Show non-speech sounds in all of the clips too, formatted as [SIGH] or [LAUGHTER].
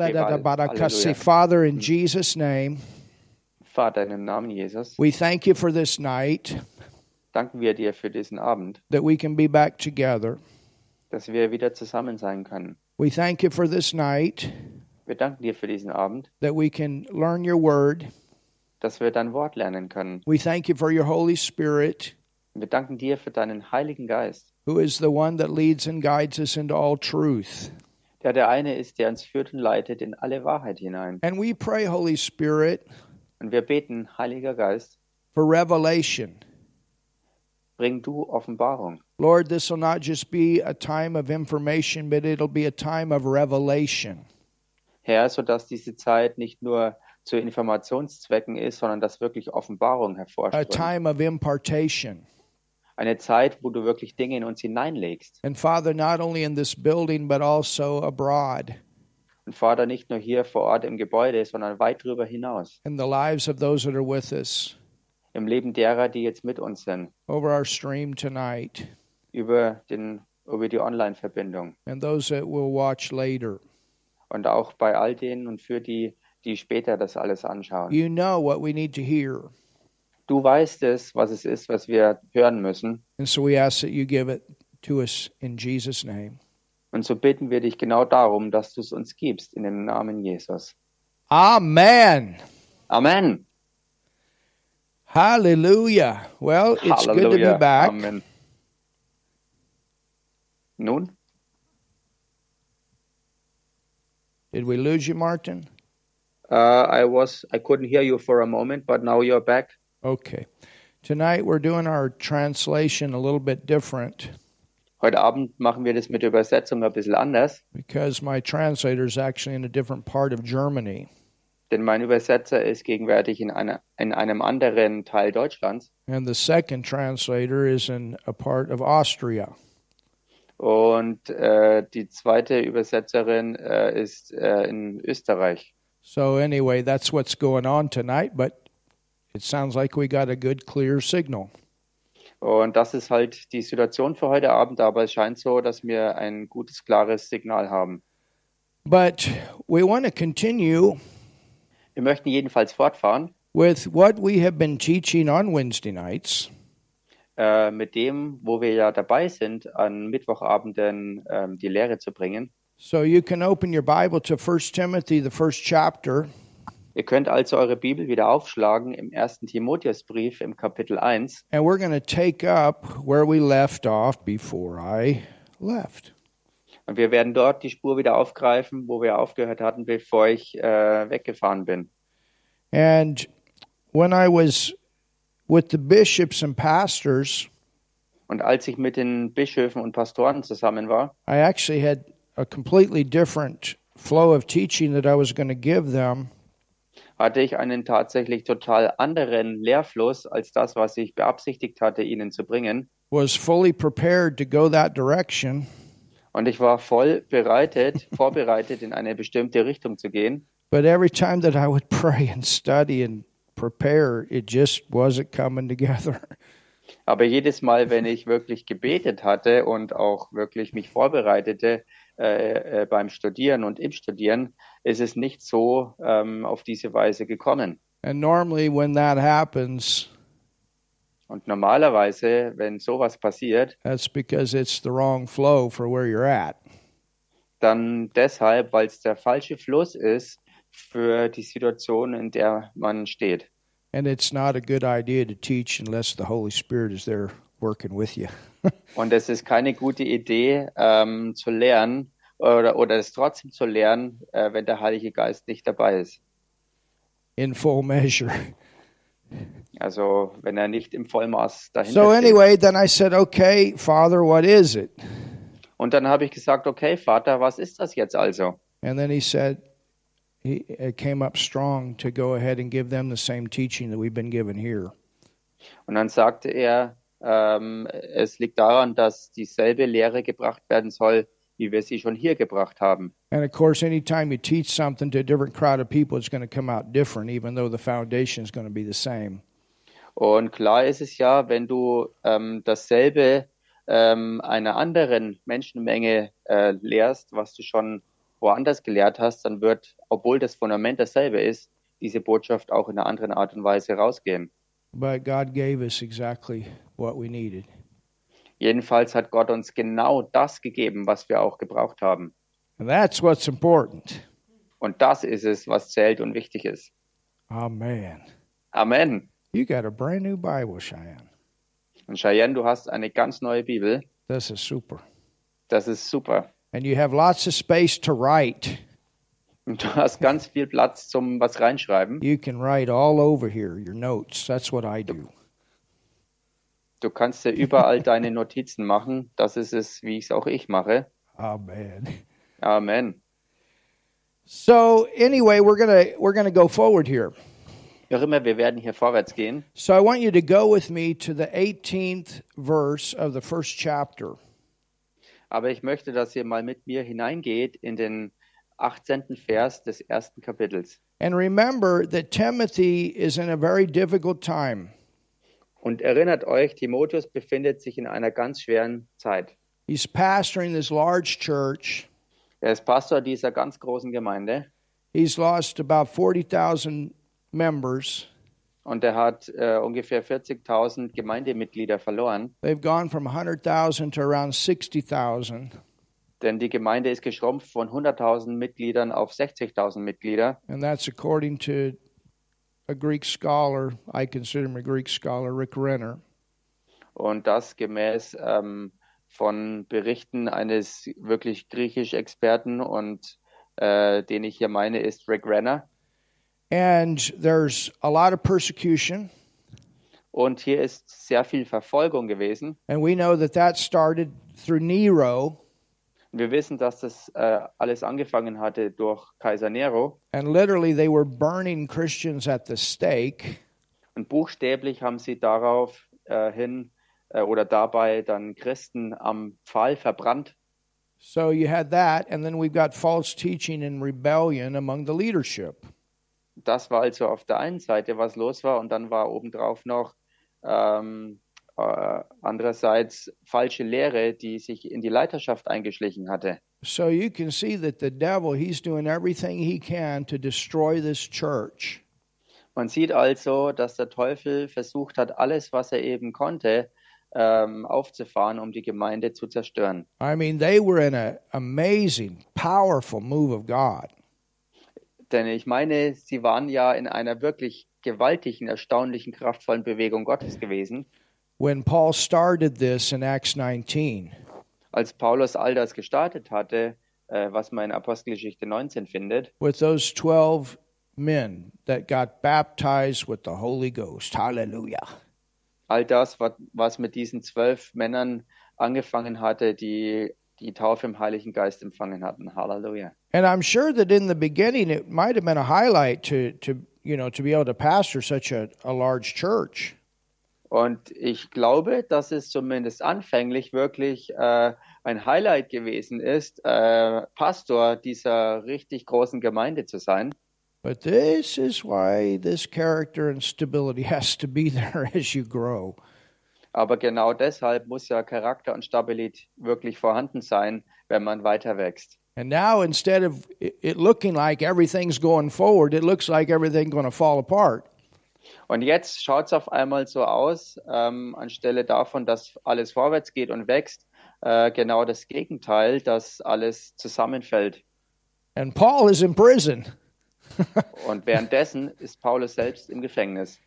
Halleluja. Father, in Jesus' name, Vater, in dem Namen Jesus, we thank you for this night danken wir dir für diesen Abend, that we can be back together. dass wir wieder zusammen sein können. We thank you for this night Wir danken dir für diesen Abend, that we can learn your word. dass wir dein Wort lernen können. We thank you for your Holy Spirit, Wir danken dir für deinen Heiligen Geist, who is the one that leads and guides us into all truth. der der eine ist, der uns führt und leitet in alle Wahrheit hinein. And we pray, Holy Spirit, Und wir beten, Heiliger Geist, for revelation. bring du Offenbarung. Lord, this will not just be a time of information, but it'll be a time of revelation. Herr, sodass diese Zeit nicht nur zu Informationszwecken ist, sondern dass wirklich Offenbarung a hervorströmt. time of impartation. Eine Zeit, wo du wirklich Dinge in uns hineinlegst. And Father, not only in this building, but also abroad Und Vater, nicht nur hier vor Ort im Gebäude, sondern weit drüber hinaus. in the lives of those that are with us Im Leben derer, die jetzt mit uns sind. over our stream tonight über, den, über die Online-Verbindung and those that will watch later. und auch bei all denen und für die, die später das alles anschauen. You know what we need to hear. Du weißt es, was es ist, was wir hören müssen. And so we ask that you give it to us in Jesus' name. Und so bitten wir dich genau darum, dass du es uns gibst, in dem Namen Jesus. Amen. Amen. Hallelujah. Well, it's good to be back. Amen. Nun, Did we lose you, Martin? uh, I was, I couldn't hear you for a moment, but now you're back. Okay. Tonight we're doing our translation a little bit different. Heute Abend machen wir das mit der Übersetzung ein bisschen anders, because my translator is actually in a different part of Germany. denn mein Übersetzer ist gegenwärtig in, einer, in einem anderen Teil Deutschlands. And the second translator is in a part of Austria. Und äh, die zweite Übersetzerin äh, ist äh, in Österreich. So, anyway, that's what's going on tonight, but it sounds like we got a good, clear signal. Und das ist halt die Situation für heute Abend, aber es scheint so, dass wir ein gutes, klares Signal haben. But we want to continue Wir möchten jedenfalls fortfahren with what we have been teaching on Wednesday nights, äh, mit dem, wo wir ja dabei sind, an Mittwochabenden ähm, die Lehre zu bringen. so you can open your Bible to 1 Timothy, the first chapter, Ihr könnt also eure Bibel wieder aufschlagen im ersten Timotheusbrief im Kapitel 1. and we're going to take up where we left off before I left. Und wir werden dort die Spur wieder aufgreifen, wo wir aufgehört hatten, bevor ich äh, weggefahren bin. And when I was with the bishops and pastors, Und als ich mit den Bischöfen und Pastoren zusammen war, I actually had a completely different flow of teaching that I was going to give them. hatte ich einen tatsächlich total anderen Lehrfluss als das, was ich beabsichtigt hatte, Ihnen zu bringen. Was fully prepared to go that direction, Und ich war voll bereitet, [LAUGHS] vorbereitet, in eine bestimmte Richtung zu gehen. but every time that I would [LAUGHS] pray and study and prepare, it just wasn't coming together. [LAUGHS] Aber jedes Mal, wenn ich wirklich gebetet hatte und auch wirklich mich vorbereitete äh, äh, beim Studieren und im Studieren, ist es nicht so ähm, auf diese Weise gekommen. And normally, when that happens, Und normalerweise, wenn sowas passiert, that's because it's the wrong flow for where you're at. dann deshalb, weil es der falsche Fluss ist für die Situation, in der man steht. And it's not a good idea to teach unless the Holy Spirit is there working with you. Und es ist keine gute Idee ähm, zu lernen oder, oder es trotzdem zu lernen, äh, wenn der Heilige Geist nicht dabei ist. in full measure. Also wenn er nicht im Vollmaß dahinter So steht. anyway, then I said, "Okay, Father, what is it?" Und dann habe ich gesagt, okay Vater, was ist das jetzt also? And then he said, he it came up strong to go ahead and give them the same teaching that we've been given here. Und dann sagte er, ähm, es liegt daran, dass dieselbe Lehre gebracht werden soll, wie wir sie schon hier gebracht haben. And of course, anytime you teach something to a different crowd of people, it's going to come out different, even though the foundation is going to be the same. Und klar ist es ja, wenn du ähm, dasselbe ähm, einer anderen Menschenmenge äh, lehrst, was du schon woanders gelehrt hast, dann wird, obwohl das Fundament dasselbe ist, diese Botschaft auch in einer anderen Art und Weise rausgehen. But God gave us exactly what we needed. Jedenfalls hat Gott uns genau das gegeben, was wir auch gebraucht haben. And that's what's important. Und das ist es, was zählt und wichtig ist. Amen. Amen. You got a brand new Bible, Cheyenne. Und Cheyenne, du hast eine ganz neue Bibel. This is super. Das ist super. And you have lots of space to write. Und du hast ganz viel Platz zum was reinschreiben. You can write all over here your notes. That's what I do. Du kannst dir überall deine Notizen machen. Das ist es, wie es auch ich mache. Amen. Amen. So anyway, we're gonna we're gonna go forward here. Wie auch immer, wir werden hier vorwärts gehen. So I want you to go with me to the 18th verse of the first chapter. Aber ich möchte, dass ihr mal mit mir hineingeht in den 18. Vers des ersten Kapitels. And remember that Timothy is in a very difficult time. Und erinnert euch, Timotheus befindet sich in einer ganz schweren Zeit. He's pastoring this large church. Er ist Pastor dieser ganz großen Gemeinde He's lost about 40,000 members. und er hat äh, ungefähr 40.000 Gemeindemitglieder verloren, They've gone from 100,000 to around 60,000. denn die Gemeinde ist geschrumpft von 100.000 Mitgliedern auf 60.000 Mitglieder. And that's according to a Greek scholar, I consider him a Greek scholar, Rick Renner. Und das gemäß ähm, von Berichten eines wirklich griechisch Experten und äh, den ich hier meine, ist Rick Renner. And there's a lot of persecution, Und hier ist sehr viel Verfolgung gewesen. and we know that that started through Nero, Wir wissen, dass das äh, alles angefangen hatte durch Kaiser Nero. and literally they were burning Christians at the stake. Und buchstäblich haben sie darauf äh, hin äh, oder dabei dann Christen am Pfahl verbrannt. So you had that, and then we've got false teaching and rebellion among the leadership. Das war also auf der einen Seite, was los war. Und dann war obendrauf noch ähm, äh, andererseits falsche Lehre, die sich in die Leiterschaft eingeschlichen hatte. So you can see that the devil, he's doing everything he can to destroy this church. Man sieht also, dass der Teufel versucht hat, alles, was er eben konnte, ähm, aufzufahren, um die Gemeinde zu zerstören. I mean, they were in an amazing, powerful move of God. Denn ich meine, sie waren ja in einer wirklich gewaltigen, erstaunlichen, kraftvollen Bewegung Gottes gewesen, When Paul started this in Acts 19, als Paulus all das gestartet hatte, äh, was man in Apostelgeschichte 19 findet, with those 12 men that got baptized with the Holy Ghost. Hallelujah. all das, was, was mit diesen zwölf Männern angefangen hatte, die die Taufe im Heiligen Geist empfangen hatten. Halleluja. And I'm sure that in the beginning, it might have been a highlight to, to you know, to be able to pastor such a, a large church. Und ich glaube, dass es zumindest anfänglich wirklich äh, ein Highlight gewesen ist, äh, Pastor dieser richtig großen Gemeinde zu sein. But this is why this character and stability [LAUGHS] has to be there as you grow. Aber genau deshalb muss ja Charakter und Stabilität wirklich vorhanden sein, wenn man weiter wächst. And now, instead of it it looking like everything's going forward, it looks like everything's going to fall apart. Und jetzt schaut es auf einmal so aus, ähm, anstelle davon, dass alles vorwärts geht und wächst, äh, genau das Gegenteil, dass alles zusammenfällt. And Paul is in prison. Und währenddessen ist Paulus selbst im Gefängnis.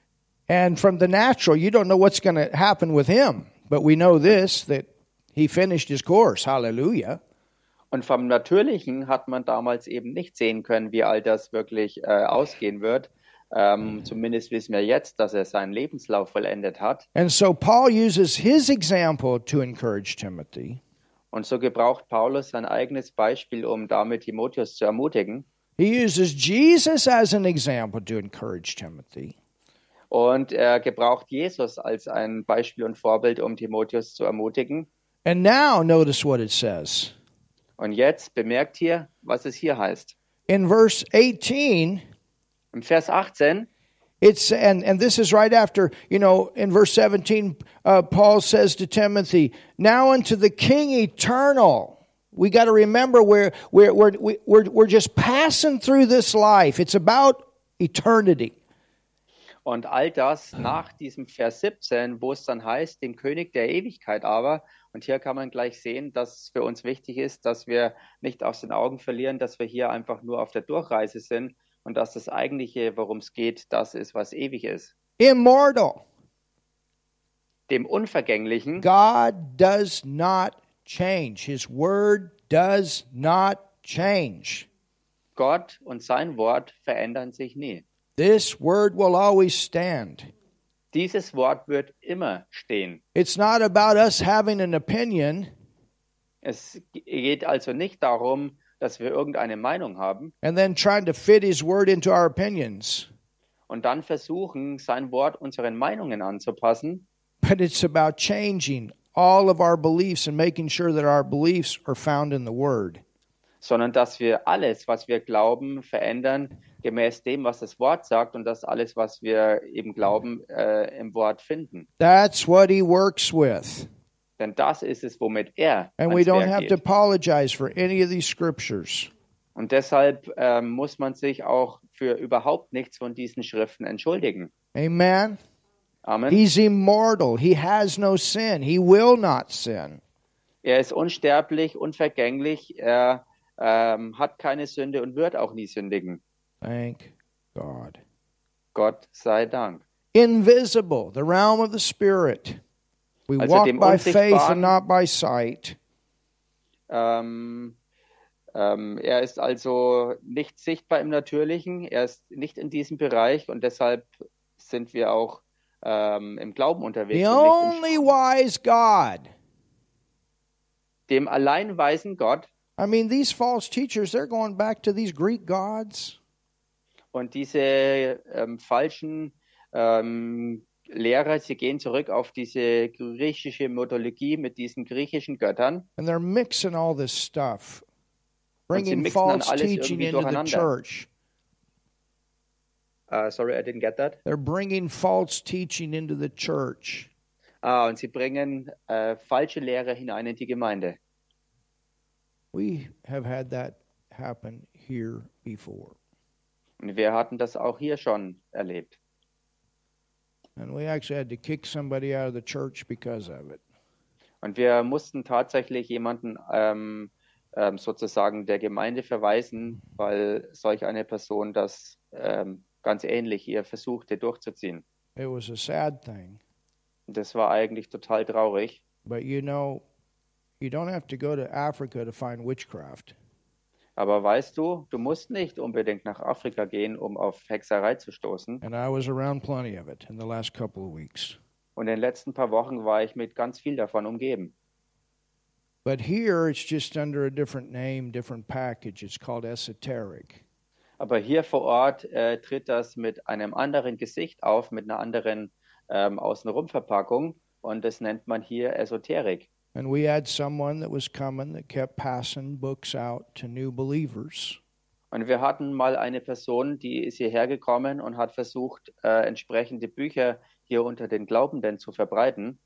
And from the natural, you don't know what's going to happen with him. But we know this that he finished his course. Hallelujah. Und vom Natürlichen hat man damals eben nicht sehen können, wie all das wirklich äh, ausgehen wird. Ähm, zumindest wissen wir jetzt, dass er seinen Lebenslauf vollendet hat. And so Paul uses his example to encourage Timothy. Und so gebraucht Paulus sein eigenes Beispiel, um damit Timotheus zu ermutigen. He uses Jesus as an example to encourage Timothy. Und er gebraucht Jesus als ein Beispiel und Vorbild, um Timotheus zu ermutigen. And now notice what it says. Und jetzt bemerkt hier, was es hier heißt. In verse 18, Im Vers 18, It's and and this is right after you know in verse seventeen, uh, Paul says to Timothy, "Now unto the King eternal, We got to remember we're, we're, we're, we- we're, we're just passing through this life. It's about eternity. Und all das nach diesem Vers 17, wo es dann heißt, dem König der Ewigkeit aber. Und hier kann man gleich sehen, dass es für uns wichtig ist, dass wir nicht aus den Augen verlieren, dass wir hier einfach nur auf der Durchreise sind und dass das eigentliche, worum es geht, das ist, was ewig ist. Immortal. Dem Unvergänglichen, God does not change, His word does not change. Gott und sein Wort verändern sich nie. This word will always stand. Dieses Wort wird immer stehen. It's not about us having an opinion Es geht also nicht darum, dass wir irgendeine Meinung haben and then trying to fit His word into our opinions, und dann versuchen, sein Wort unseren Meinungen anzupassen, but it's about changing all of our beliefs and making sure that our beliefs are found in the word. sondern dass wir alles, was wir glauben, verändern, gemäß dem, was das Wort sagt und dass alles, was wir eben glauben, äh, im Wort finden. That's what He works with. Denn das ist es, womit er And we ans don't Werk have geht. to apologize for any of these scriptures. Und deshalb ähm, muss man sich auch für überhaupt nichts von diesen Schriften entschuldigen. Amen. Amen. He's immortal. He has no sin. He will not sin. Er ist unsterblich, unvergänglich, er ähm, hat keine Sünde und wird auch nie sündigen. Thank God. Gott sei Dank. Invisible, the realm of the spirit. We Also walk dem by faith Unsichtbaren. and not by sight. Ähm, ähm, er ist also nicht sichtbar im Natürlichen, er ist nicht in diesem Bereich und deshalb sind wir auch ähm, im Glauben The unterwegs. Und nicht im, only wise God. dem allein weisen Gott I mean, these false teachers, they're going back to these Greek gods. und diese ähm, falschen ähm, Lehrer, sie gehen zurück auf diese griechische Mythologie mit diesen griechischen Göttern. And they're mixing all this stuff, Und sie bringing mixen dann false alles teaching irgendwie into the durcheinander. church. Uh, sorry, I didn't get that. They're bringing false teaching into the church. Ah, und sie bringen äh, falsche Lehre hinein in die Gemeinde. We have had that happen here before. Und wir hatten das auch hier schon erlebt. And we actually had to kick somebody out of the church because of it. Und wir mussten tatsächlich jemanden ähm, ähm, sozusagen der Gemeinde verweisen, weil solch eine Person das ähm, ganz ähnlich hier versuchte durchzuziehen. It was a sad thing. Und das war eigentlich total traurig. But you know, you don't have to go to Africa to find witchcraft. Aber weißt du, du musst nicht unbedingt nach Afrika gehen, um auf Hexerei zu stoßen. And I was around plenty of it in the last couple of weeks. Und in den letzten paar Wochen war ich mit ganz viel davon umgeben. But here it's just under a different name, different package. It's called esoteric. Aber hier vor Ort äh, tritt das mit einem anderen Gesicht auf, mit einer anderen ähm, Außenrum-Verpackung. Und das nennt man hier Esoterik. And we had someone that was coming that kept passing books out to new believers. Und wir hatten mal eine Person, die ist hierher gekommen und hat versucht, äh, entsprechende Bücher hier unter den Glaubenden zu verbreiten.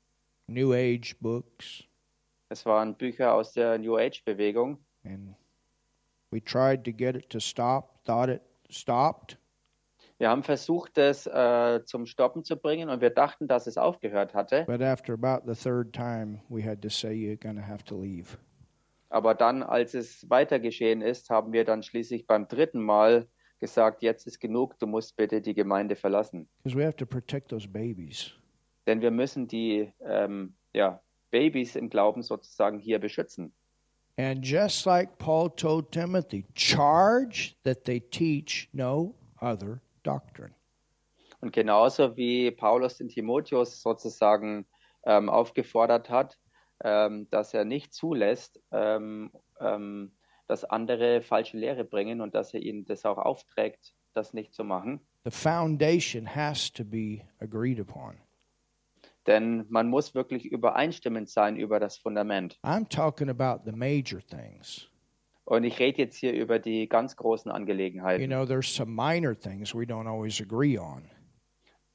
New Age books. Es waren Bücher aus der New Age-Bewegung. And we tried to get it to stop, thought it stopped. Wir haben versucht, das äh, zum Stoppen zu bringen und wir dachten, dass es aufgehört hatte. But after about the third time, we had to say, You're going to have to leave. Aber dann, als es weiter geschehen ist, haben wir dann schließlich beim dritten Mal gesagt, jetzt ist genug, du musst bitte die Gemeinde verlassen. Because we have to protect those babies. Denn wir müssen die ähm, ja, Babys im Glauben sozusagen hier beschützen. And just like Paul told Timothy, charge that they teach no other doctrine. Und genauso wie Paulus den Timotheus sozusagen ähm, aufgefordert hat, ähm, dass er nicht zulässt, ähm, ähm, dass andere falsche Lehre bringen und dass er ihnen das auch aufträgt, das nicht zu machen. The foundation has to be agreed upon. Denn man muss wirklich übereinstimmend sein über das Fundament. I'm talking about the major things. Und ich rede jetzt hier über die ganz großen You Angelegenheiten. know, there's some minor things we don't always agree on.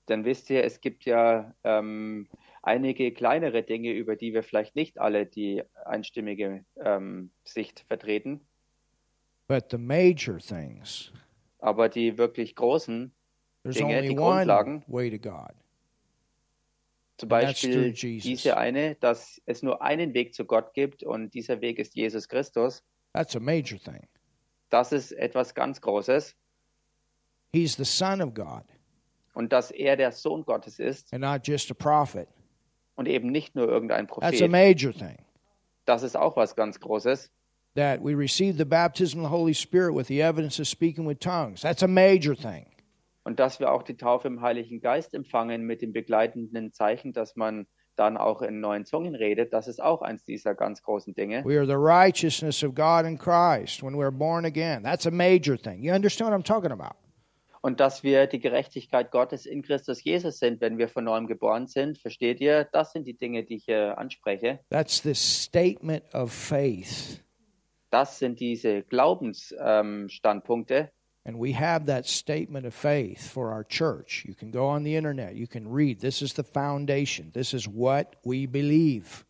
Denn wisst ihr, es gibt ja ähm, einige kleinere Dinge, über die wir vielleicht nicht alle die einstimmige ähm, Sicht vertreten. But the major things, Aber die wirklich großen, there's Dinge, only die one Grundlagen. way to God. zum That's through Beispiel Jesus. diese eine, dass es nur einen Weg zu Gott gibt und dieser Weg ist Jesus Christus, That's a major thing. das ist etwas ganz Großes He's the Son of God und dass er der Sohn Gottes ist and not just a prophet. und eben nicht nur irgendein That's a Prophet. major thing. Das ist auch was ganz Großes. That we receive the baptism of the Holy Spirit with the evidence of speaking with tongues. That's a major thing. Und dass wir auch die Taufe im Heiligen Geist empfangen mit dem begleitenden Zeichen, dass man dann auch in neuen Zungen redet, das ist auch eins dieser ganz großen Dinge. We are the righteousness of God in Christ when we're born again. That's a major thing. You understand what I'm talking about? Und dass wir die Gerechtigkeit Gottes in Christus Jesus sind, wenn wir von neuem geboren sind, versteht ihr? Das sind die Dinge, die ich hier anspreche. That's this statement of faith. Das sind diese Glaubensstandpunkte. Ähm, Standpunkte. And we have that statement of faith for our church. You can go on the internet, you can read. This is the foundation, this is what we believe.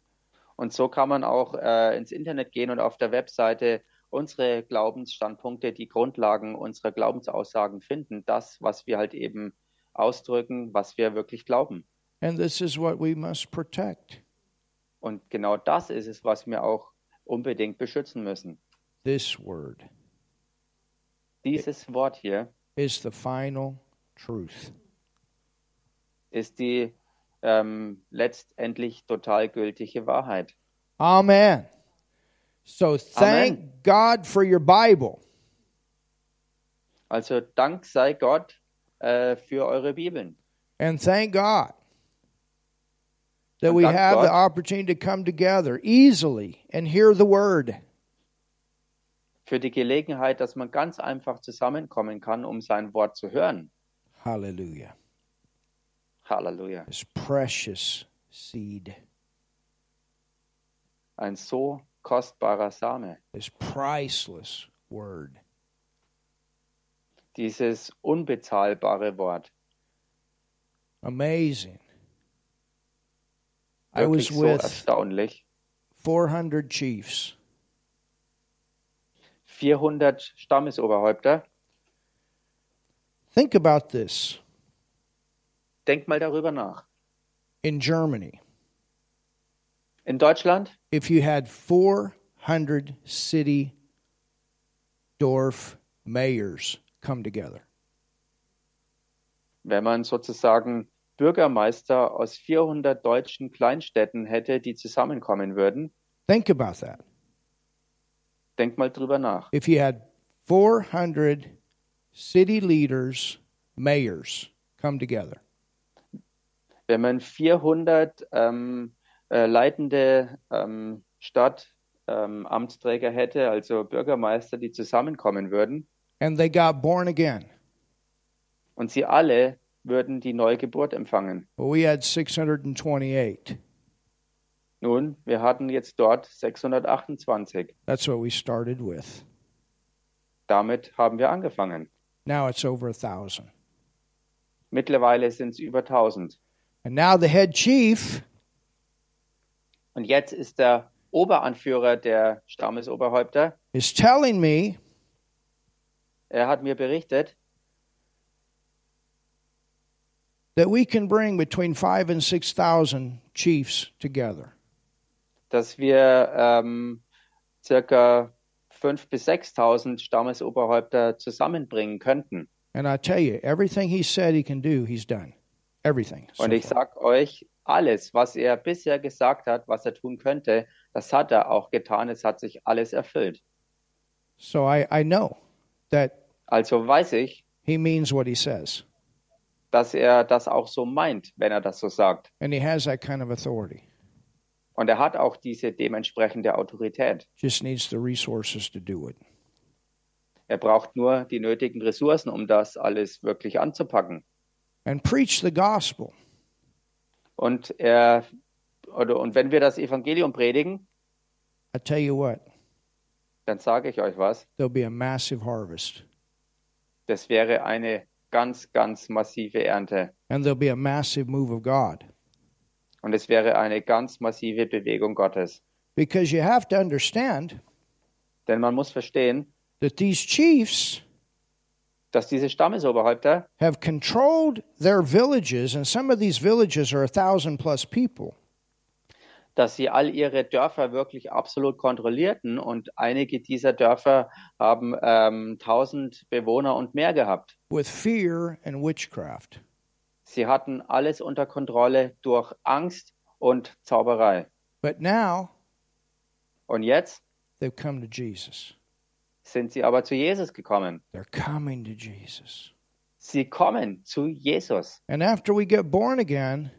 und so kann man auch äh, ins Internet gehen und auf der Webseite unsere Glaubensstandpunkte, die Grundlagen unserer Glaubensaussagen finden. Das, was wir halt eben ausdrücken, was wir wirklich glauben. And this is what we must protect. Und genau das ist es, was wir auch unbedingt beschützen müssen. This word Dieses Wort hier is the final truth. ist die ähm, letztendlich total gültige Wahrheit. Amen. So thank God for your Bible. Also Dank sei Gott äh, für eure Bibeln. And thank God that we Thank have God. the opportunity to come together easily and hear the word. für die Gelegenheit, dass man ganz einfach zusammenkommen kann, um sein Wort zu hören. Hallelujah. Halleluja. This precious seed, Ein so kostbarer Same. this priceless word. Dieses unbezahlbare Wort. Amazing. I Wirklich was so with erstaunlich. 400 chiefs, 400 Stammesoberhäupter. Think about this Denk mal darüber nach. in Germany. In Deutschland, If you had 400 city Dorf mayors come together, wenn man sozusagen Bürgermeister aus 400 deutschen Kleinstädten hätte, die zusammenkommen würden, think about that. denk mal drüber nach. If you had 400 city leaders, mayors come together, Wenn man 400 ähm, äh, leitende ähm, Stadt, ähm, Amtsträger hätte, also Bürgermeister, die zusammenkommen würden and they got born again, und sie alle würden die Neugeburt empfangen. well, we had 628. Nun, wir hatten jetzt dort 628. That's what we started with. Damit haben wir angefangen. Now it's over a thousand. Mittlerweile sind es über 1000. And now the head chief Und jetzt ist der Oberanführer der Stammesoberhäupter. is telling me Er hat mir berichtet, that we can bring between five and six thousand chiefs together. dass wir ähm, circa 5.000 bis 6.000 Stammesoberhäupter zusammenbringen könnten. And I tell you, everything he said he can do, he's done. Everything. so Und ich far. sag euch, alles, was er bisher gesagt hat, was er tun könnte, das hat er auch getan. Es hat sich alles erfüllt. so I, I know that Also weiß ich, he means what he says, dass er das auch so meint, wenn er das so sagt. and he has that kind of authority. Und er hat auch diese dementsprechende Autorität. Just needs the resources to do it. Er braucht nur die nötigen Ressourcen, um das alles wirklich anzupacken. And preach the gospel. Und er oder und wenn wir das Evangelium predigen, I tell you what, dann sage ich euch was. there'll be a massive harvest, Das wäre eine ganz, ganz massive Ernte. and there'll be a massive move of God. Und es wäre eine ganz massive Bewegung Gottes. Because you have to understand Denn man muss verstehen, that these chiefs dass diese Stammesoberhäupter have controlled their villages, and some of these villages are a thousand plus people. dass sie all ihre Dörfer wirklich absolut kontrollierten und einige dieser Dörfer haben ähm, 1000 Bewohner und mehr gehabt. with fear and witchcraft. Sie hatten alles unter Kontrolle durch Angst und Zauberei. But now Und jetzt they've come to Jesus. sind sie aber zu Jesus gekommen. They're coming to Jesus. Sie kommen zu Jesus. And after we get born again,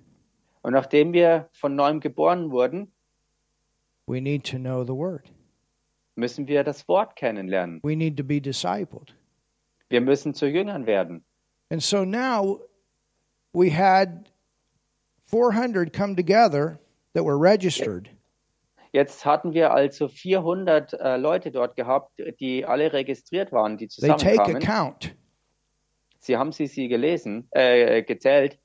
Und nachdem wir von neuem geboren wurden, we need to know the Word. müssen wir das Wort kennenlernen. We need to be discipled. Wir müssen zu Jüngern werden. And so now we had 400 come together that were registered. Jetzt hatten wir also 400 äh, Leute dort gehabt, die alle registriert waren, die They take zusammenkamen. account. Sie haben sie sie gelesen, äh, gezählt.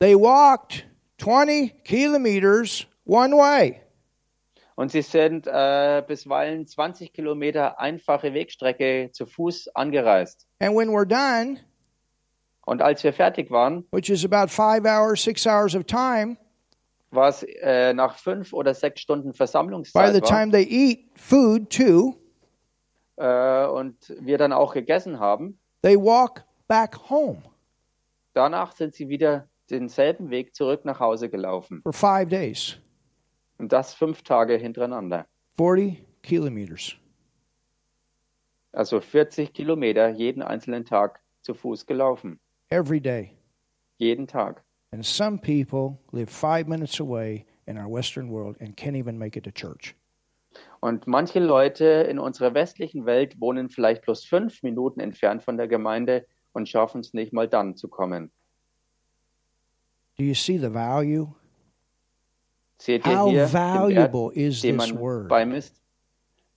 They walked 20 kilometers one way. Und sie sind äh, bisweilen 20 Kilometer einfache Wegstrecke zu Fuß angereist. And when we're done, Und als wir fertig waren, which is about five hours, six hours of time, war es äh, nach fünf oder sechs Stunden by the Versammlungszeit war, time they eat food too, äh, und wir dann auch gegessen haben. they walk back home Danach sind sie wieder denselben Weg zurück nach Hause gelaufen. for five days, Und das fünf Tage hintereinander. 40 kilometers. Also 40 Kilometer jeden einzelnen Tag zu Fuß gelaufen. every day. Jeden Tag. And some people live five minutes away in our Western world and can't even make it to church. Und manche Leute in unserer westlichen Welt wohnen vielleicht bloß fünf Minuten entfernt von der Gemeinde und schaffen es nicht mal dann zu kommen. Do you see the value? Seht ihr How hier, den Wert, valuable is den this man word? beimisst?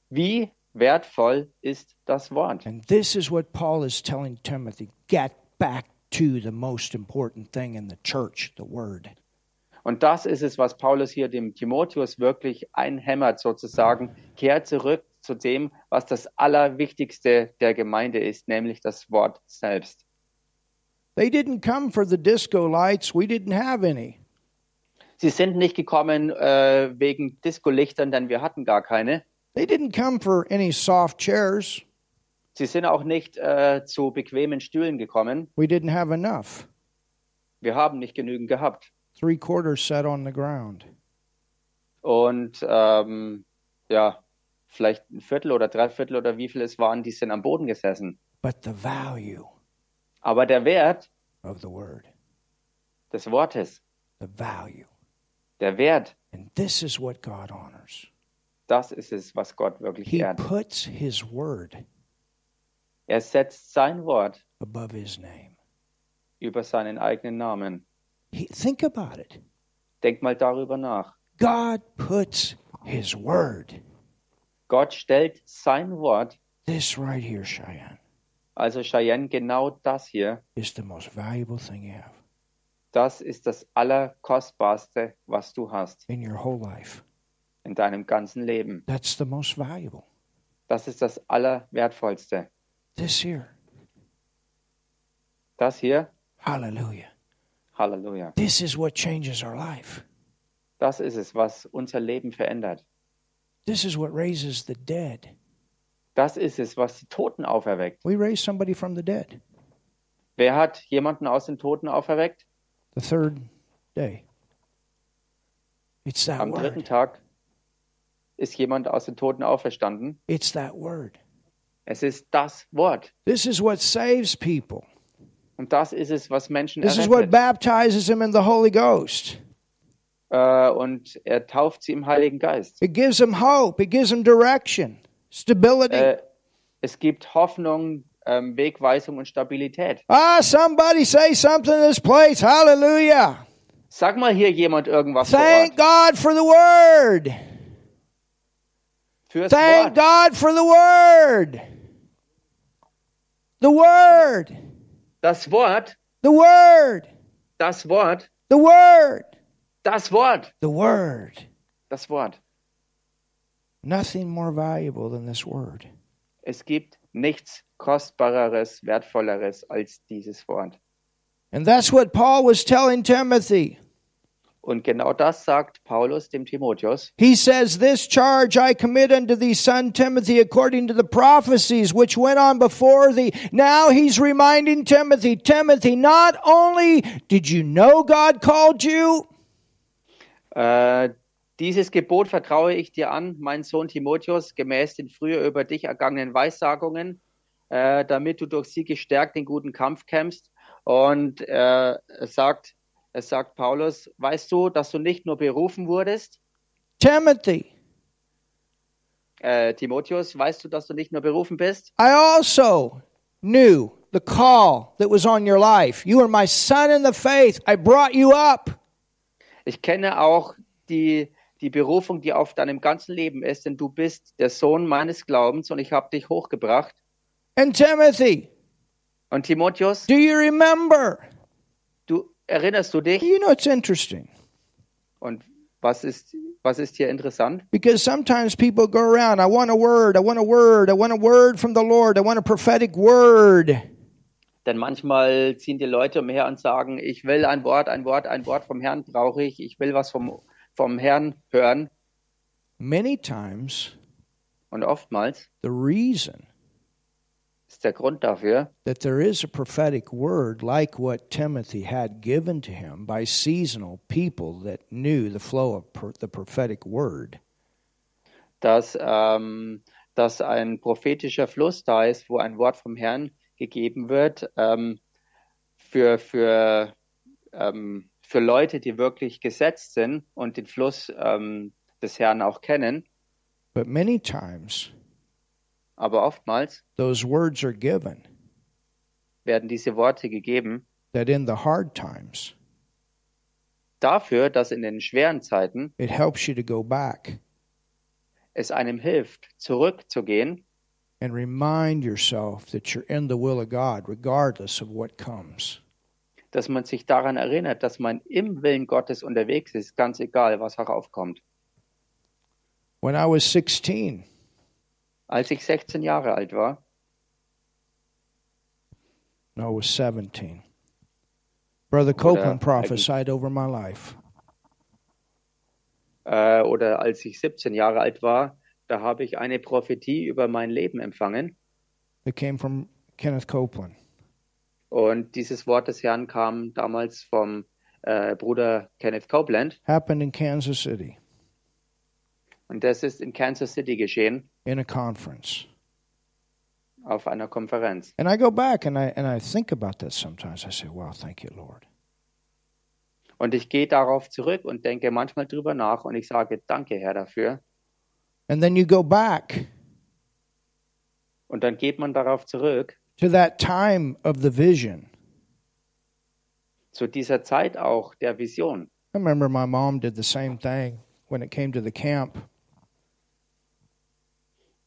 Wie wertvoll ist das Wort? And this is what Paul is telling Timothy get back to the most important thing in the church, the word. Und das ist es, was Paulus hier dem Timotheus wirklich einhämmert, sozusagen. Kehr zurück zu dem, was das Allerwichtigste der Gemeinde ist, nämlich das Wort selbst. They didn't come for the disco lights, we didn't have any. Sie sind nicht gekommen äh, wegen Discolichtern, denn wir hatten gar keine. They didn't come for any soft chairs, Sie sind auch nicht äh, zu bequemen Stühlen gekommen. we didn't have enough. Wir haben nicht genügend gehabt. Three quarters sat on the ground. Und ähm, ja, vielleicht ein Viertel oder Dreiviertel oder wie viel es waren, die sind am Boden gesessen. But the value Aber der Wert of the word, des Wortes, the value. der Wert, And this is what God honors. das ist es, was Gott wirklich He ehrt. puts his word Er setzt sein Wort above his name. über seinen eigenen Namen. He, think about it. Denk mal darüber nach. God puts his word. Gott stellt sein Wort, This right here, Cheyenne, also Cheyenne, genau das hier, is the most valuable thing you have das ist das Allerkostbarste, was du hast in your whole life. in deinem ganzen Leben. That's the most valuable. Das ist das Allerwertvollste. This here. Das hier, Hallelujah. Halleluja. This is what changes our life. Das ist es, was unser Leben verändert. This is what raises the dead. Das ist es, was die Toten auferweckt. We raise somebody from the dead Wer hat jemanden aus den Toten auferweckt? the third day. It's that Am dritten word. Tag ist jemand aus den Toten auferstanden. It's that word. Es ist das Wort. This is what saves people. Und das ist es, was Menschen This is what errettet. baptizes them in the Holy Ghost. Äh, und er tauft sie im Heiligen Geist. It gives them hope, it gives them direction, stability. Äh, es gibt Hoffnung, ähm, Wegweisung und Stabilität. ah, somebody say something in this place. Hallelujah. Sag mal hier jemand irgendwas vor Thank Ort. God for the word. Fürs Thank Wort. God for the word. The word. Das Wort, The word. das Wort, The word. Das Wort, the Word. das Wort. Nothing more valuable than this Word. Es gibt nichts Kostbareres, Wertvolleres als dieses Wort. And that's what Paul was telling Timothy. Und genau das sagt Paulus dem Timotheus. He says, This charge I commit unto thee, son Timothy, according to the prophecies which went on before thee. Now he's reminding Timothy, Timothy, not only did you know God called you, Äh, dieses Gebot vertraue ich dir an, mein Sohn Timotheus, gemäß den früher über dich ergangenen Weissagungen, äh, damit du durch sie gestärkt den guten Kampf kämpfst. Und äh, es sagt, es sagt Paulus, weißt du, dass du nicht nur berufen wurdest, Timothy, äh, Timotheus, weißt du, dass du nicht nur berufen bist? I also knew the call that was on your life. You were my son in the faith. I brought you up. Ich kenne auch die, die Berufung, die auf deinem ganzen Leben ist, denn du bist der Sohn meines Glaubens und ich habe dich hochgebracht. And Timothy, Und Timotheus, do you remember? du erinnerst du dich? You know, it's interesting Und was ist, was ist hier interessant? because sometimes people go around, I want a word, I want a word, I want a word from the Lord, I want a prophetic word. Denn manchmal ziehen die Leute umher und sagen, ich will ein Wort, ein Wort, ein Wort vom Herrn brauche ich, ich will was vom, vom Herrn hören. Many times, Und oftmals the reason ist der Grund dafür, that there is a prophetic word like what Timothy had given to him by seasonal people that knew the flow of pro- the prophetic word dass, ähm, dass ein prophetischer Fluss da ist, wo ein Wort vom Herrn gegeben wird ähm, für, für, ähm, für Leute, die wirklich gesetzt sind und den Fluss ähm, des Herrn auch kennen. but many times Aber oftmals those words are given werden diese Worte gegeben that in the hard times dafür, dass in den schweren Zeiten it helps you to go back es einem hilft, zurückzugehen and remind yourself that you're in the will of God regardless of what comes. dass man sich daran erinnert, dass man im Willen Gottes unterwegs ist, ganz egal, was heraufkommt. When I was 16, Als ich 16 Jahre alt war, no, I was 17, Brother Copeland prophesied over my life. äh, oder als ich 17 Jahre alt war, da habe ich eine Prophetie über mein Leben empfangen. It came from Kenneth Copeland. Und dieses Wort des Herrn kam damals vom äh, Bruder Kenneth Copeland. Happened in Kansas City Und das ist in Kansas City geschehen, in a conference. auf einer Konferenz. And I go back and I, and I think about that sometimes. I say, wow, thank you, Lord. Und ich gehe darauf zurück und denke manchmal drüber nach und ich sage, danke Herr dafür. And then you go back Und dann geht man darauf zurück to that time of the vision. zu dieser Zeit auch der Vision. I remember my mom did the same thing when it came to the camp.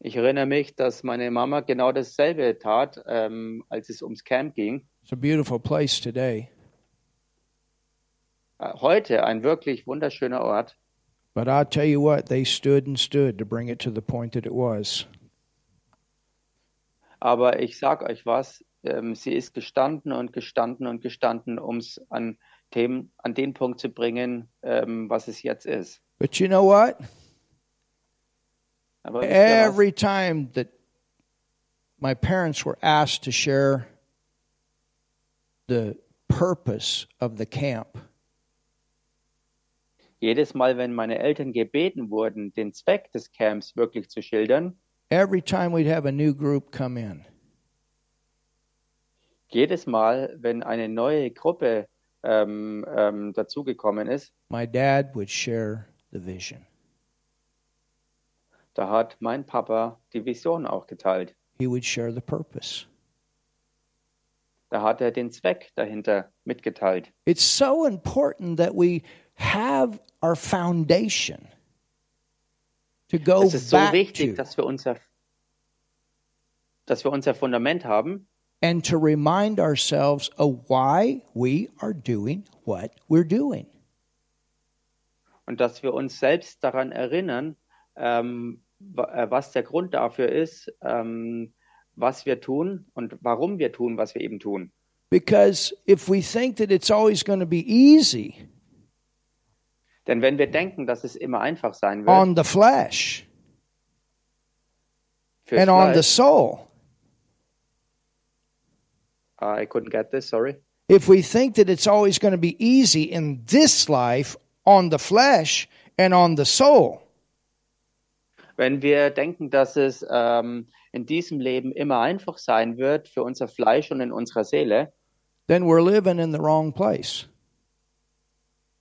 Ich erinnere mich, dass meine Mama genau dasselbe tat, ähm, als es ums Camp ging. It's a beautiful place today, Äh, heute ein wirklich wunderschöner Ort. but I'll tell you what, they stood and stood to bring it to the point that it was. Aber ich sag euch was, ähm, sie ist gestanden und gestanden und gestanden, um es an, Themen- an den Punkt zu bringen, ähm, was es jetzt ist. But you know what? Aber wisst ihr was? Every time that my parents were asked to share the purpose of the camp, jedes Mal, wenn meine Eltern gebeten wurden, den Zweck des Camps wirklich zu schildern, every time we'd have a new group come in, jedes Mal, wenn eine neue Gruppe ähm, ähm, dazugekommen ist, my dad would share the vision. Da hat mein Papa die Vision auch geteilt. He would share the purpose. Da hat er den Zweck dahinter mitgeteilt. It's so important that we have our foundation to go es ist so Oh, back wichtig, to dass wir unser dass wir unser Fundament haben and to remind ourselves of why we are doing what we're doing. und dass wir uns selbst daran erinnern, ähm, was der Grund dafür ist, ähm, was wir tun und warum wir tun, was wir eben tun. Because if we think that it's always going to be easy Denn wenn wir denken, dass es immer einfach sein wird on the flesh fürs and on the Fleisch, soul, Ah, I couldn't get this, sorry. if we think that it's always going to be easy in this life on the flesh and on the soul, Wenn wir denken, dass es ähm, in diesem Leben immer einfach sein wird für unser Fleisch und in unserer Seele, then we're living in the wrong place.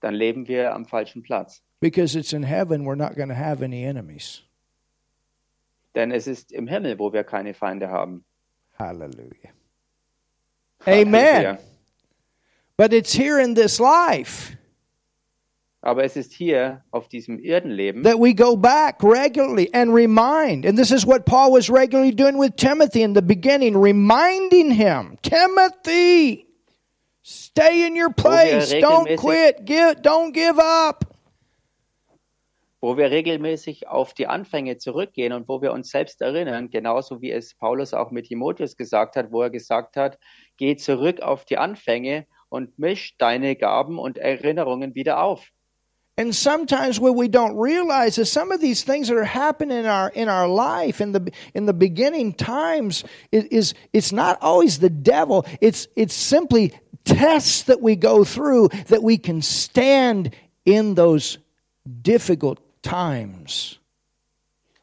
dann leben wir am falschen Platz. Because it's in heaven, we're not going to have any enemies. Denn es ist im Himmel, wo wir keine Feinde haben. Hallelujah. Amen. Halleluja. But it's here in this life Aber es ist hier auf diesem Erdenleben, that we go back regularly and remind. And this is what Paul was regularly doing with Timothy in the beginning, reminding him, Timothy, stay in your place, don't regelmäßig- quit, give, don't give up. wo wir regelmäßig auf die Anfänge zurückgehen und wo wir uns selbst erinnern, genauso wie es Paulus auch mit Timotheus gesagt hat, wo er gesagt hat, geh zurück auf die Anfänge und misch deine Gaben und Erinnerungen wieder auf. And sometimes what we don't realize is some of these things that are happening in our in our life in the in the beginning times is, is it's not always the devil. It's it's simply tests that we go through that we can stand in those difficult times.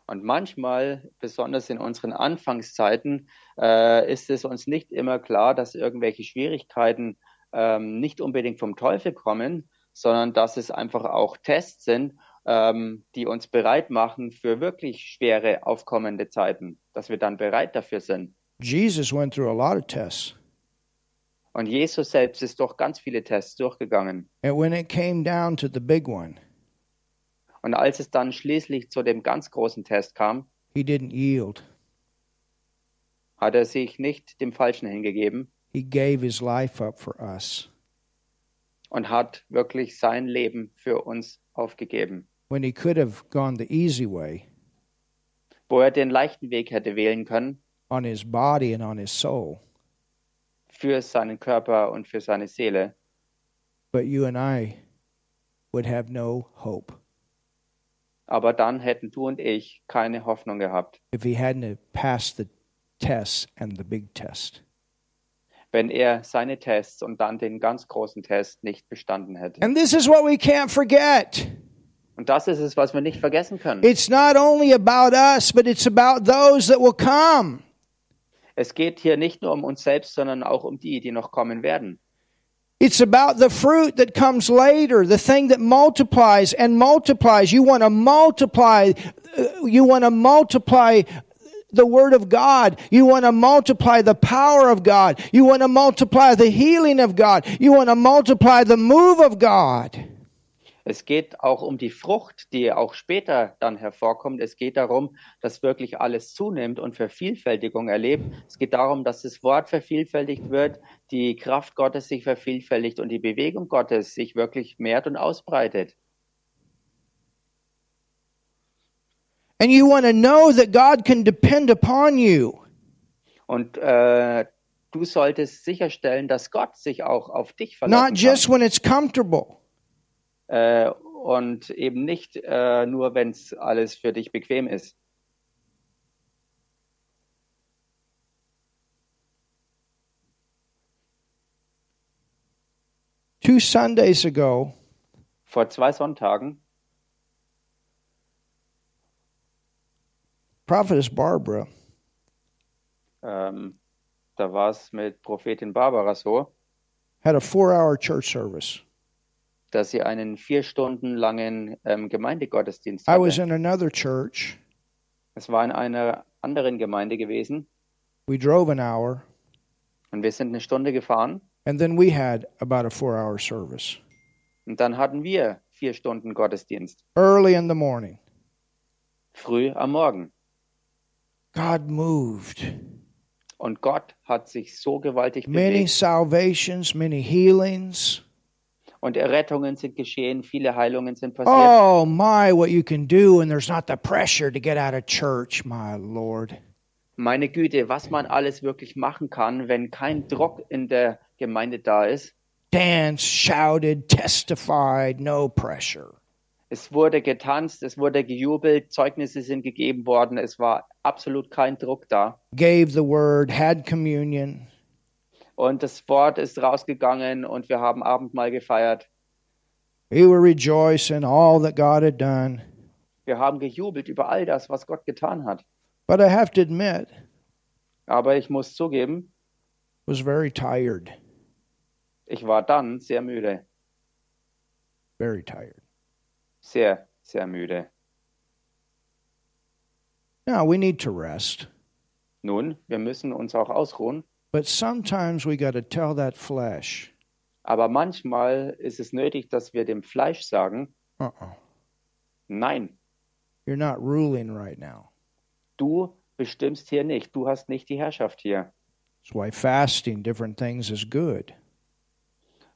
Und manchmal, besonders in unseren Anfangszeiten, äh, ist es uns nicht immer klar, dass irgendwelche Schwierigkeiten ähm, nicht unbedingt vom Teufel kommen, sondern dass es einfach auch Tests sind, ähm, die uns bereit machen für wirklich schwere aufkommende Zeiten, dass wir dann bereit dafür sind. Jesus went through a lot of tests. Und Jesus selbst ist durch ganz viele Tests durchgegangen. And when it came down to the big one, Und als es dann schließlich zu dem ganz großen Test kam, he didn't yield. hat er sich nicht dem Falschen hingegeben He gave his life up for us. und hat wirklich sein Leben für uns aufgegeben. When he could have gone the easy way wo er den leichten Weg hätte wählen können on his body and on his soul. für seinen Körper und für seine Seele. but you and I would have no hope Aber dann hätten du und ich keine Hoffnung gehabt, if he hadn't have passed the tests and the big test. wenn er seine Tests und dann den ganz großen Test nicht bestanden hätte. And this is what we can't forget. Und das ist es, was wir nicht vergessen können. It's not only about us, but it's about those that will come. Es geht hier nicht nur um uns selbst, sondern auch um die, die noch kommen werden. It's about the fruit that comes later, the thing that multiplies and multiplies. You want to multiply, uh, you want to multiply the Word of God. You want to multiply the power of God. You want to multiply the healing of God. You want to multiply the move of God. Es geht auch um die Frucht, die auch später dann hervorkommt. Es geht darum, dass wirklich alles zunimmt und Vervielfältigung erlebt. Es geht darum, dass das Wort vervielfältigt wird, die Kraft Gottes sich vervielfältigt und die Bewegung Gottes sich wirklich mehrt und ausbreitet. And you want to know that God can depend upon you. Und äh, du solltest sicherstellen, dass Gott sich auch auf dich Not verlassen just when it's comfortable, kann. Äh, und eben nicht äh, nur, wenn es alles für dich bequem ist. two Sundays ago, Vor zwei Sonntagen, Prophetess Barbara ähm, da war es mit Prophetin Barbara so, had a four hour church service. dass sie einen vier Stunden langen ähm, Gemeindegottesdienst I was hatte. in another church. Es war in einer anderen Gemeinde gewesen We drove an hour, und wir sind eine Stunde gefahren and then we had about a four hour service und dann hatten wir vier Stunden Gottesdienst, early in the morning. früh am Morgen. God moved. Und Gott hat sich so gewaltig Many bewegt salvations, many healings, und Errettungen sind geschehen, viele Heilungen sind passiert. Oh my, what you can do when there's not the pressure to get out of church, my Lord. Meine Güte, was man alles wirklich machen kann, wenn kein Druck in der Gemeinde da ist. Danced, shouted, testified, no pressure. Es wurde getanzt, es wurde gejubelt, Zeugnisse sind gegeben worden, es war absolut kein Druck da. Gave the word, had communion. Und das Wort ist rausgegangen und wir haben Abendmahl gefeiert. We were rejoicing all that God had done. Wir haben gejubelt über all das, was Gott getan hat. But I have to admit, I Aber ich muss zugeben, was very tired, ich war dann sehr müde. very tired. Sehr, sehr müde. Now, we need to rest, Nun, wir müssen uns auch ausruhen. but sometimes we got to tell that flesh, Aber manchmal ist es nötig, dass wir dem Fleisch sagen, uh-uh, nein, you're not ruling right now. du bestimmst hier nicht, du hast nicht die Herrschaft hier. That's why fasting different things is good.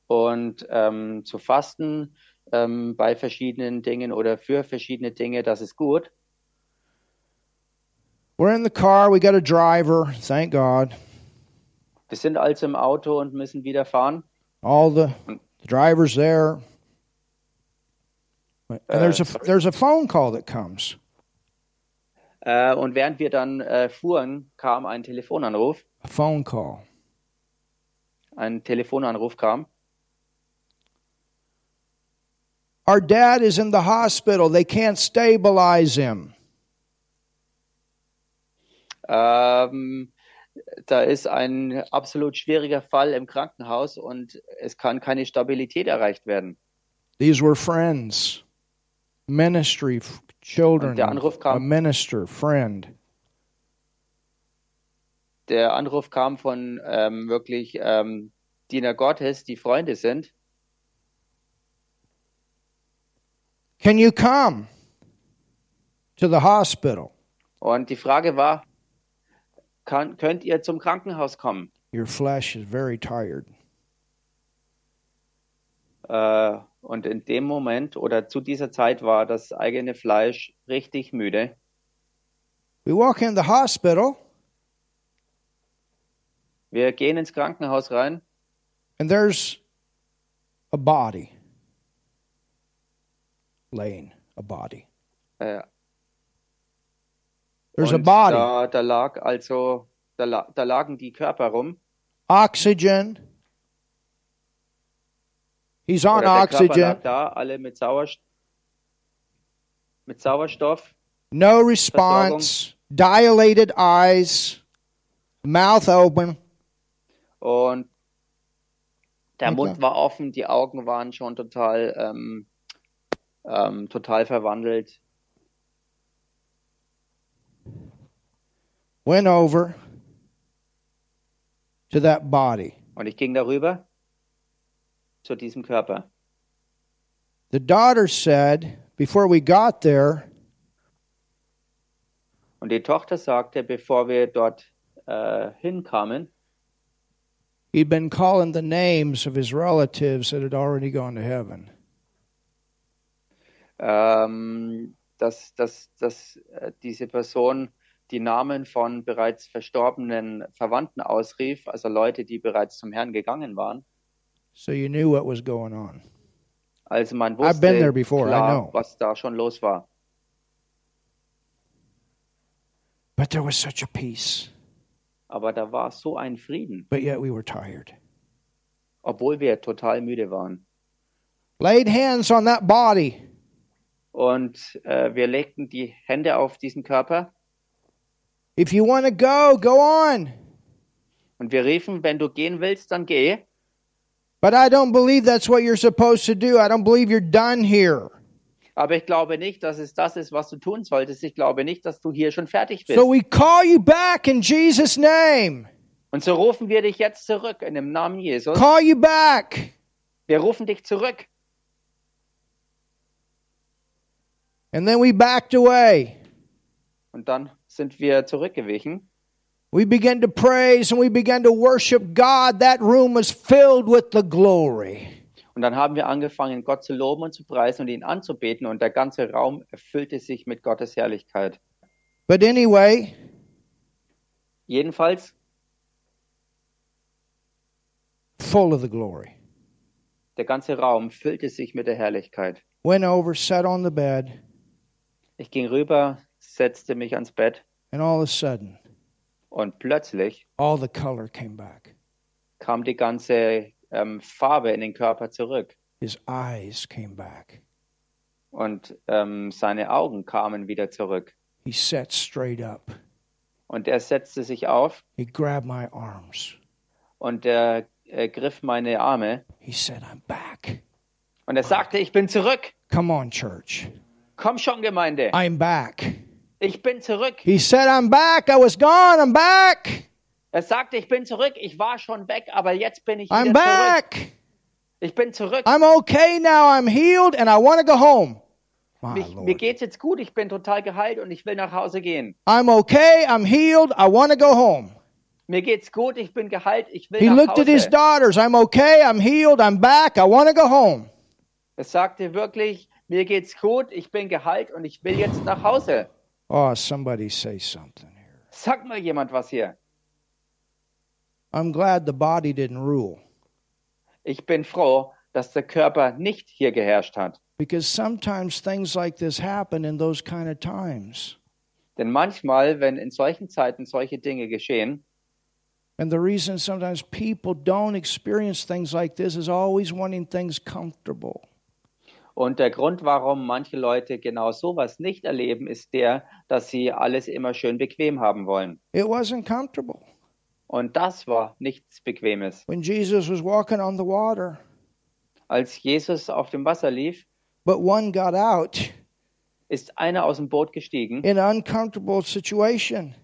Und ähm, zu fasten ähm, bei verschiedenen Dingen oder für verschiedene Dinge, das ist gut. We're in the car, we got a driver, thank God. Wir sind also im Auto und müssen wieder fahren. All the, the drivers there. And there's a Uh, there's a phone call that comes. Äh, und während wir dann äh, fuhren, kam ein Telefonanruf. A phone call. Ein Telefonanruf kam. Our dad is in the hospital. They can't stabilize him. Ähm, da ist ein absolut schwieriger Fall im Krankenhaus und es kann keine Stabilität erreicht werden. These were friends, ministry f- children, Der Anruf a kam, minister friend. der Anruf kam von ähm, wirklich ähm, Diener Gottes, die Freunde sind. Can you come to the hospital? Und die Frage war, kann, könnt ihr zum Krankenhaus kommen? Your flesh is very tired. Äh, und in dem Moment oder zu dieser Zeit war das eigene Fleisch richtig müde. We walk in the hospital Wir gehen ins Krankenhaus rein and there's a body laying a body. äh, There's a und body. Da, da lag also, da, la- da lagen die Körper rum. oxygen. He's on Oder der Körper oxygen. lag da, alle mit, Sauerst mit Sauerstoff, No response. Dilated eyes. Mouth open. Und der Na Mund war offen, die Augen waren schon total, ähm, ähm, total verwandelt. Went over to that body. Und ich ging darüber zu diesem Körper. The daughter said, before we got there, Und die Tochter sagte, bevor wir dort äh, hinkamen, he'd been calling the names of his relatives that had already gone to heaven. ähm, dass, dass, dass äh, diese Person die Namen von bereits verstorbenen Verwandten ausrief, also Leute, die bereits zum Herrn gegangen waren. So you knew what was going on. Also man I've been there wusste before, I know. klar, was da schon los war. But there was such a peace. Aber da war so ein Frieden. But yet we were tired. obwohl wir total müde waren. Laid hands on that body. Und äh, wir legten die Hände auf diesen Körper If you want to go, go on. und wir riefen, wenn du gehen willst, dann geh. But I don't believe that's what you're supposed to do. I don't believe you're done here. Aber ich glaube nicht, dass es das ist, was du tun solltest. Ich glaube nicht, dass du hier schon fertig bist. So we call you back in Jesus' name. und so rufen wir dich jetzt zurück in dem Namen Jesus. Call you back. Wir rufen dich zurück. And then we backed away. Und dann sind wir zurückgewichen. We began to praise and we began to worship God. That room was filled with the glory. Und dann haben wir angefangen, Gott zu loben und zu preisen und ihn anzubeten. Und der ganze Raum erfüllte sich mit Gottes Herrlichkeit. But anyway, Jedenfalls full of the glory. Der ganze Raum füllte sich mit der Herrlichkeit. Went over, sat on the bed, Ich ging rüber, setzte mich ans Bett and all of a sudden, und plötzlich all the color came back. kam die ganze ähm, Farbe in den Körper zurück His eyes came back. und ähm, seine Augen kamen wieder zurück. He sat straight up. Und er setzte sich auf He grabbed my arms. und er äh, griff meine Arme He said, I'm back. und er sagte, ich bin zurück. Come on, church. Komm schon, Gemeinde. I'm back. Ich bin zurück. He said, I'm back. I was gone. I'm back. Er sagte, ich bin zurück. Ich war schon weg, aber jetzt bin ich wieder zurück. I'm back. Ah, Ich bin zurück. I'm okay now. I'm healed and I want to go home. My Mich, mir Lord. geht's jetzt gut. Ich bin total geheilt und ich will nach Hause gehen. I'm okay. I'm healed. I want to go home. Mir geht's gut. Ich bin geheilt. Ich will He nach looked Hause. at his daughters. I'm okay. I'm healed. I'm back. I want to go home. Er sagte wirklich, mir geht's gut. Ich bin geheilt und ich will jetzt nach Hause. Oh, somebody say something here. Sag mal jemand was hier. I'm glad the body didn't rule Ich bin froh, dass der Körper nicht hier geherrscht hat. because sometimes things like this happen in those kind of times. Denn manchmal, wenn in solchen Zeiten solche Dinge geschehen, And the reason sometimes people don't experience things like this is always wanting things comfortable. und der Grund, warum manche Leute genau sowas nicht erleben, ist der, dass sie alles immer schön bequem haben wollen. It wasn't comfortable. Und das war nichts Bequemes. When Jesus was walking on the water, Als Jesus auf dem Wasser lief, but one got out ist einer aus dem Boot gestiegen in an uncomfortable situation.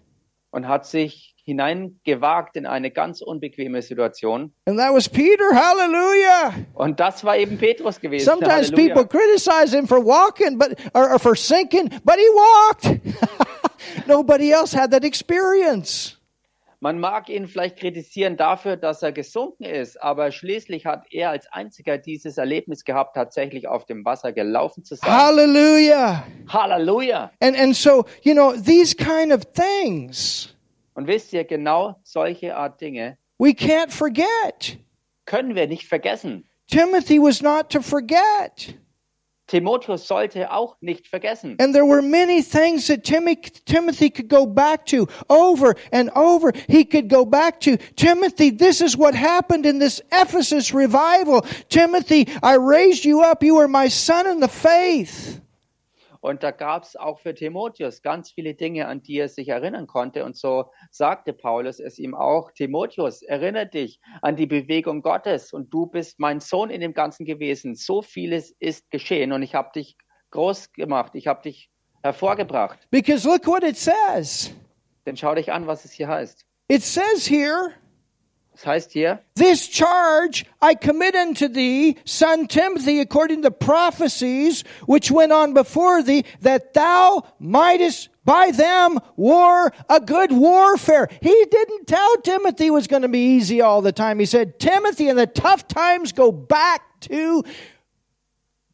und hat sich hineingewagt in eine ganz unbequeme Situation. And that was Peter. Hallelujah. Und das war eben Petrus gewesen. Sometimes Halleluja. people criticize him for walking, but or, or for sinking, but he walked. [LAUGHS] Nobody else had that experience. Man mag ihn vielleicht kritisieren dafür, dass er gesunken ist, aber schließlich hat er als einziger dieses Erlebnis gehabt, tatsächlich auf dem Wasser gelaufen zu sein. Hallelujah. Halleluja! And and so, you know, these kind of things Und wisst ihr, genau solche Art Dinge we can't forget. können wir nicht vergessen. Timothy was not to forget. Timotheus sollte auch nicht vergessen. And there were many things that Timi- Timothy could go back to over and over. He could go back to Timothy. This is what happened in this Ephesus revival. Timothy, I raised you up. You were my son in the faith. Und da gab es auch für Timotheus ganz viele Dinge, an die er sich erinnern konnte. Und so sagte Paulus es ihm auch, Timotheus, erinnere dich an die Bewegung Gottes und du bist mein Sohn in dem Ganzen gewesen. So vieles ist geschehen und ich habe dich groß gemacht, ich habe dich hervorgebracht. Because look what it says. Denn schau dich an, was es hier heißt. It says here, Es heißt hier, This charge I commit unto thee, son Timothy, according to the prophecies which went on before thee, that thou mightest by them war a good warfare. He didn't tell Timothy it was going to be easy all the time. He said, Timothy, in the tough times, go back to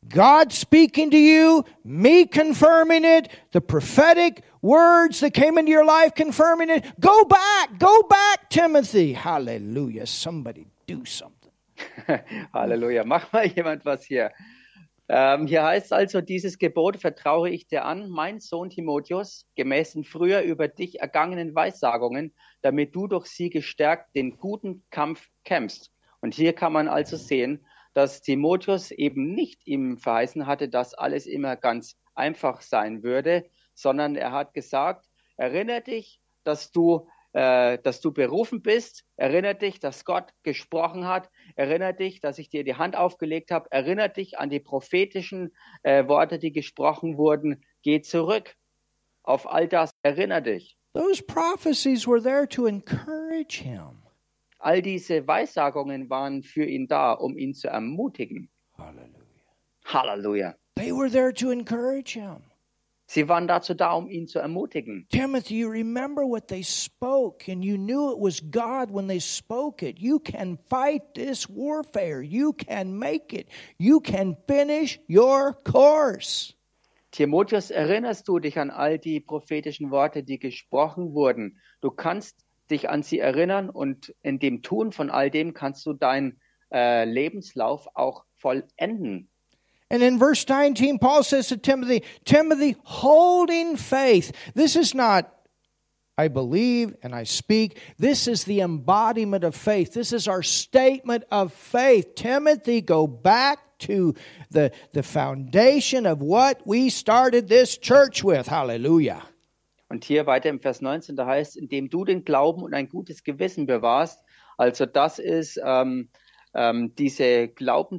God speaking to you, me confirming it, the prophetic words that came into your life confirming it. Go back, go back, Timothy. Hallelujah. Somebody do something. [LAUGHS] Halleluja, mach mal jemand was hier. Ähm, hier heißt also, dieses Gebot vertraue ich dir an, mein Sohn Timotheus, gemäß den früher über dich ergangenen Weissagungen, damit du durch sie gestärkt den guten Kampf kämpfst. Und hier kann man also sehen, dass Timotheus eben nicht ihm verheißen hatte, dass alles immer ganz einfach sein würde, sondern er hat gesagt, erinnere dich, dass du äh, dass du berufen bist. Erinnere dich, dass Gott gesprochen hat. Erinnere dich, dass ich dir die Hand aufgelegt habe. Erinnere dich an die prophetischen äh, Worte, die gesprochen wurden. Geh zurück. Auf all das erinnere dich. Those prophecies were there to encourage him. All diese Weissagungen waren für ihn da, um ihn zu ermutigen. Hallelujah. Halleluja. They were there to encourage him. Sie waren dazu da, um ihn zu ermutigen. Timothy, you remember what they spoke, and you knew it was God when they spoke it. You can fight this warfare. You can make it. You can finish your course. Timotheus, erinnerst du dich an all die prophetischen Worte, die gesprochen wurden? Du kannst dich an sie erinnern und in dem Tun von all dem kannst du deinen äh, Lebenslauf auch vollenden. And in verse 19, Paul says to Timothy, Timothy, holding faith. This is not, I believe and I speak. This is the embodiment of faith. This is our statement of faith. Timothy, go back to the, the foundation of what we started this church with. Hallelujah. Und hier weiter im Vers 19, da heißt, indem du den Glauben und ein gutes Gewissen bewahrst. Also das ist ähm, ähm, diese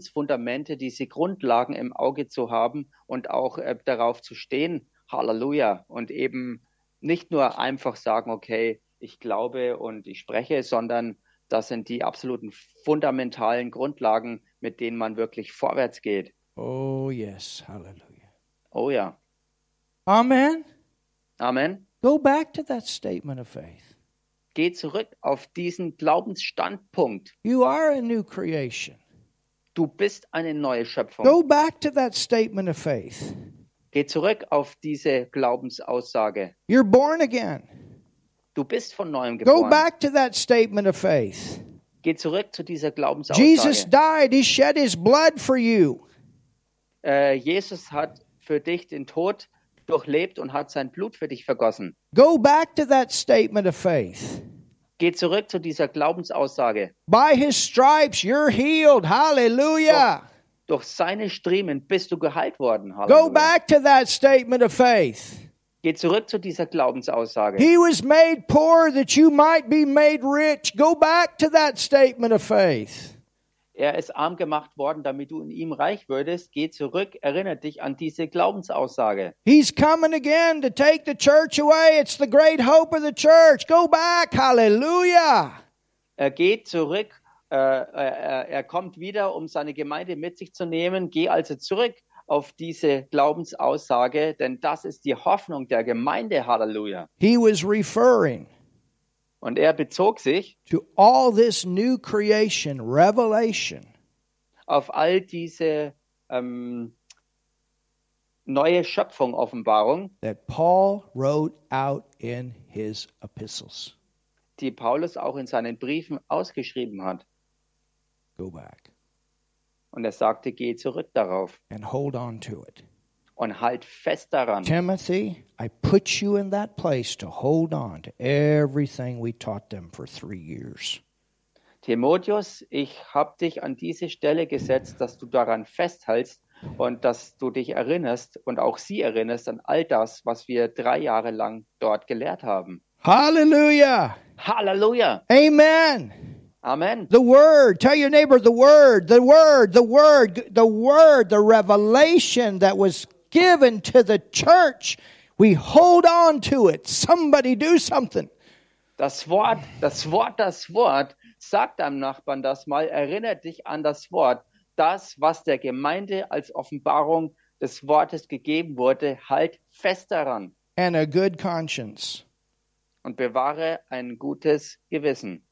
Glaubensfundamente, diese Grundlagen im Auge zu haben und auch äh, darauf zu stehen. Halleluja. Und eben nicht nur einfach sagen, okay, ich glaube und ich spreche, sondern das sind die absoluten fundamentalen Grundlagen, mit denen man wirklich vorwärts geht. Oh, yes. Hallelujah. Oh ja. Amen. Amen. Go back to that statement of faith. Geh zurück auf diesen Glaubensstandpunkt. You are a new creation. Du bist eine neue Schöpfung. Go back to that statement of faith. Geh zurück auf diese Glaubensaussage. You're born again. Du bist von neuem Go geboren. back to that statement of faith. Geh zurück zu dieser Jesus Glaubensaussage. died, He shed His blood for you. Äh, Jesus hat für dich den Tod durchlebt und hat sein Blut für dich vergossen. Go back to that statement of faith. Geh zurück zu dieser Glaubensaussage. By His stripes, you're healed. Hallelujah. Durch seine Striemen bist du geheilt worden. Go Halleluja. back to that statement of faith. Geh zurück zu dieser Glaubensaussage. He was made poor that you might be made rich. Go back to that statement of faith. Er ist arm gemacht worden, damit du in ihm reich würdest. Geh zurück, erinnere dich an diese Glaubensaussage. He's coming again to take the church away. It's the great hope of the church. Go back. Hallelujah. Er geht zurück, äh, er, er kommt wieder, um seine Gemeinde mit sich zu nehmen. Geh also zurück auf diese Glaubensaussage, denn das ist die Hoffnung der Gemeinde. Halleluja. He was referring Und er bezog sich to all this new creation, revelation. auf all diese ähm, neue Schöpfung, Offenbarung, that Paul wrote out in his epistles. die Paulus auch in seinen Briefen ausgeschrieben hat. Go back Und er sagte, geh zurück darauf and hold on to it. und halt fest daran. Timothy, I put you in that place to hold on to everything we taught them for three years. Timotheus, ich habe dich an diese Stelle gesetzt, dass du daran festhältst und dass du dich erinnerst und auch sie erinnerst an all das, was wir drei Jahre lang dort gelehrt haben. Hallelujah. Halleluja! Amen. Amen! The word. Tell your neighbor the word, the word, the word, the word, the revelation that was given to the church. We hold on to it. Somebody do something. Das Wort, das Wort, das Wort. Sag deinem Nachbarn das mal. Erinnere dich an das Wort. Das, was der Gemeinde als Offenbarung des Wortes gegeben wurde, halt fest daran And a good conscience. und bewahre ein gutes Gewissen.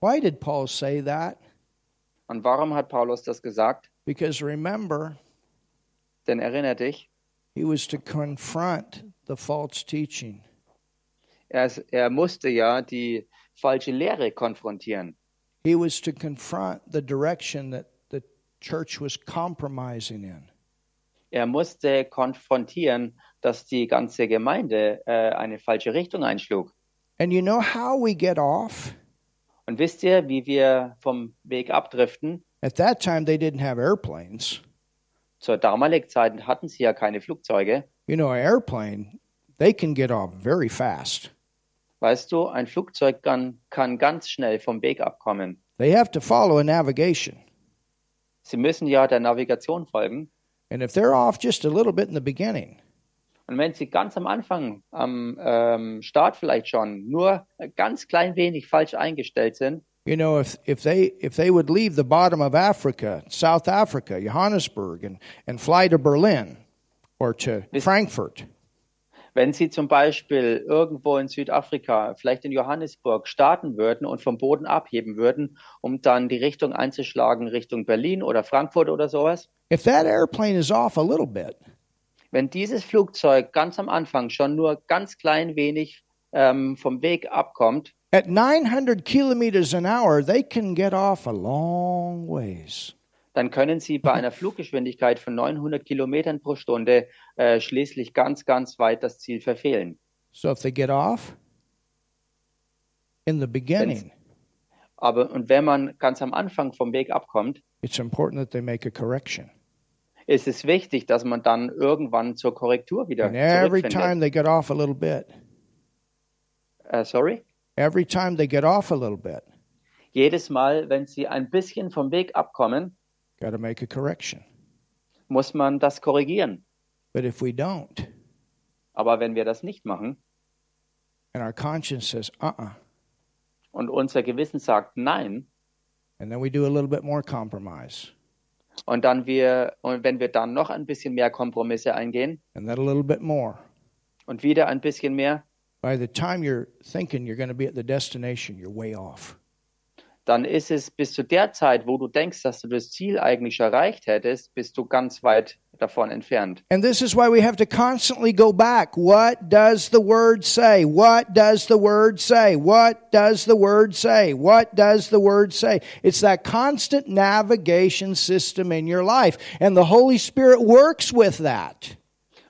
Why did Paul say that? Und warum hat Paulus das gesagt? Because remember, Denn erinnere dich, he was to confront the false teaching. er, ist- er musste ja die falsche Lehre konfrontieren. He was to confront the direction that the church was compromising in. Er musste konfrontieren, dass die ganze Gemeinde äh, eine falsche Richtung einschlug. And you know how we get off? Und wisst ihr, wie wir vom Weg abdriften? At that time, they didn't have airplanes. zur damaligen Zeit hatten sie ja keine Flugzeuge. You know, an airplane, they can get off very fast. Weißt du, ein Flugzeug kann, kann ganz schnell vom Weg abkommen. They have to follow a navigation. Sie müssen ja der Navigation folgen. And if they're off just a little bit in the beginning, Und wenn sie ganz am Anfang, am ähm, Start vielleicht schon, nur ganz klein wenig falsch eingestellt sind, You know, if, if they if they would leave the bottom of Africa, South Africa, Johannesburg, and, and fly to Berlin or to This- Frankfurt, Wenn Sie zum Beispiel irgendwo in Südafrika, vielleicht in Johannesburg, starten würden und vom Boden abheben würden, um dann die Richtung einzuschlagen Richtung Berlin oder Frankfurt oder sowas, If that airplane is off a little bit, wenn dieses Flugzeug ganz am Anfang schon nur ganz klein wenig ähm, vom Weg abkommt, at 900 kilometers an hour, they can get off a long ways. dann können Sie bei einer Fluggeschwindigkeit von 900 Kilometern pro Stunde äh, schließlich ganz, ganz weit das Ziel verfehlen. So if they get off in the beginning, Aber und wenn man ganz am Anfang vom Weg abkommt, it's important that they make a correction. ist es wichtig, dass man dann irgendwann zur Korrektur wieder And every zurückfindet. time they get off a little bit, Äh, sorry. every time they get off a little bit, Jedes Mal, wenn Sie ein bisschen vom Weg abkommen, got to make a correction. muss man das korrigieren. But if we don't, Aber wenn wir das nicht machen and our conscience says, uh uh und unser Gewissen sagt Nein, and then we do a little bit more compromise, und dann wir und wenn wir dann noch ein bisschen mehr Kompromisse eingehen and then a little bit more, und wieder ein bisschen mehr, by the time you're thinking you're going to be at the destination, you're way off. dann ist es bis zu der Zeit, wo du denkst, dass du das Ziel eigentlich erreicht hättest, bist du ganz weit davon entfernt. And this is why we have to constantly go back. What does the word say? What does the word say? What does the word say? What does the word say? It's that constant navigation system in your life. And the Holy Spirit works with that.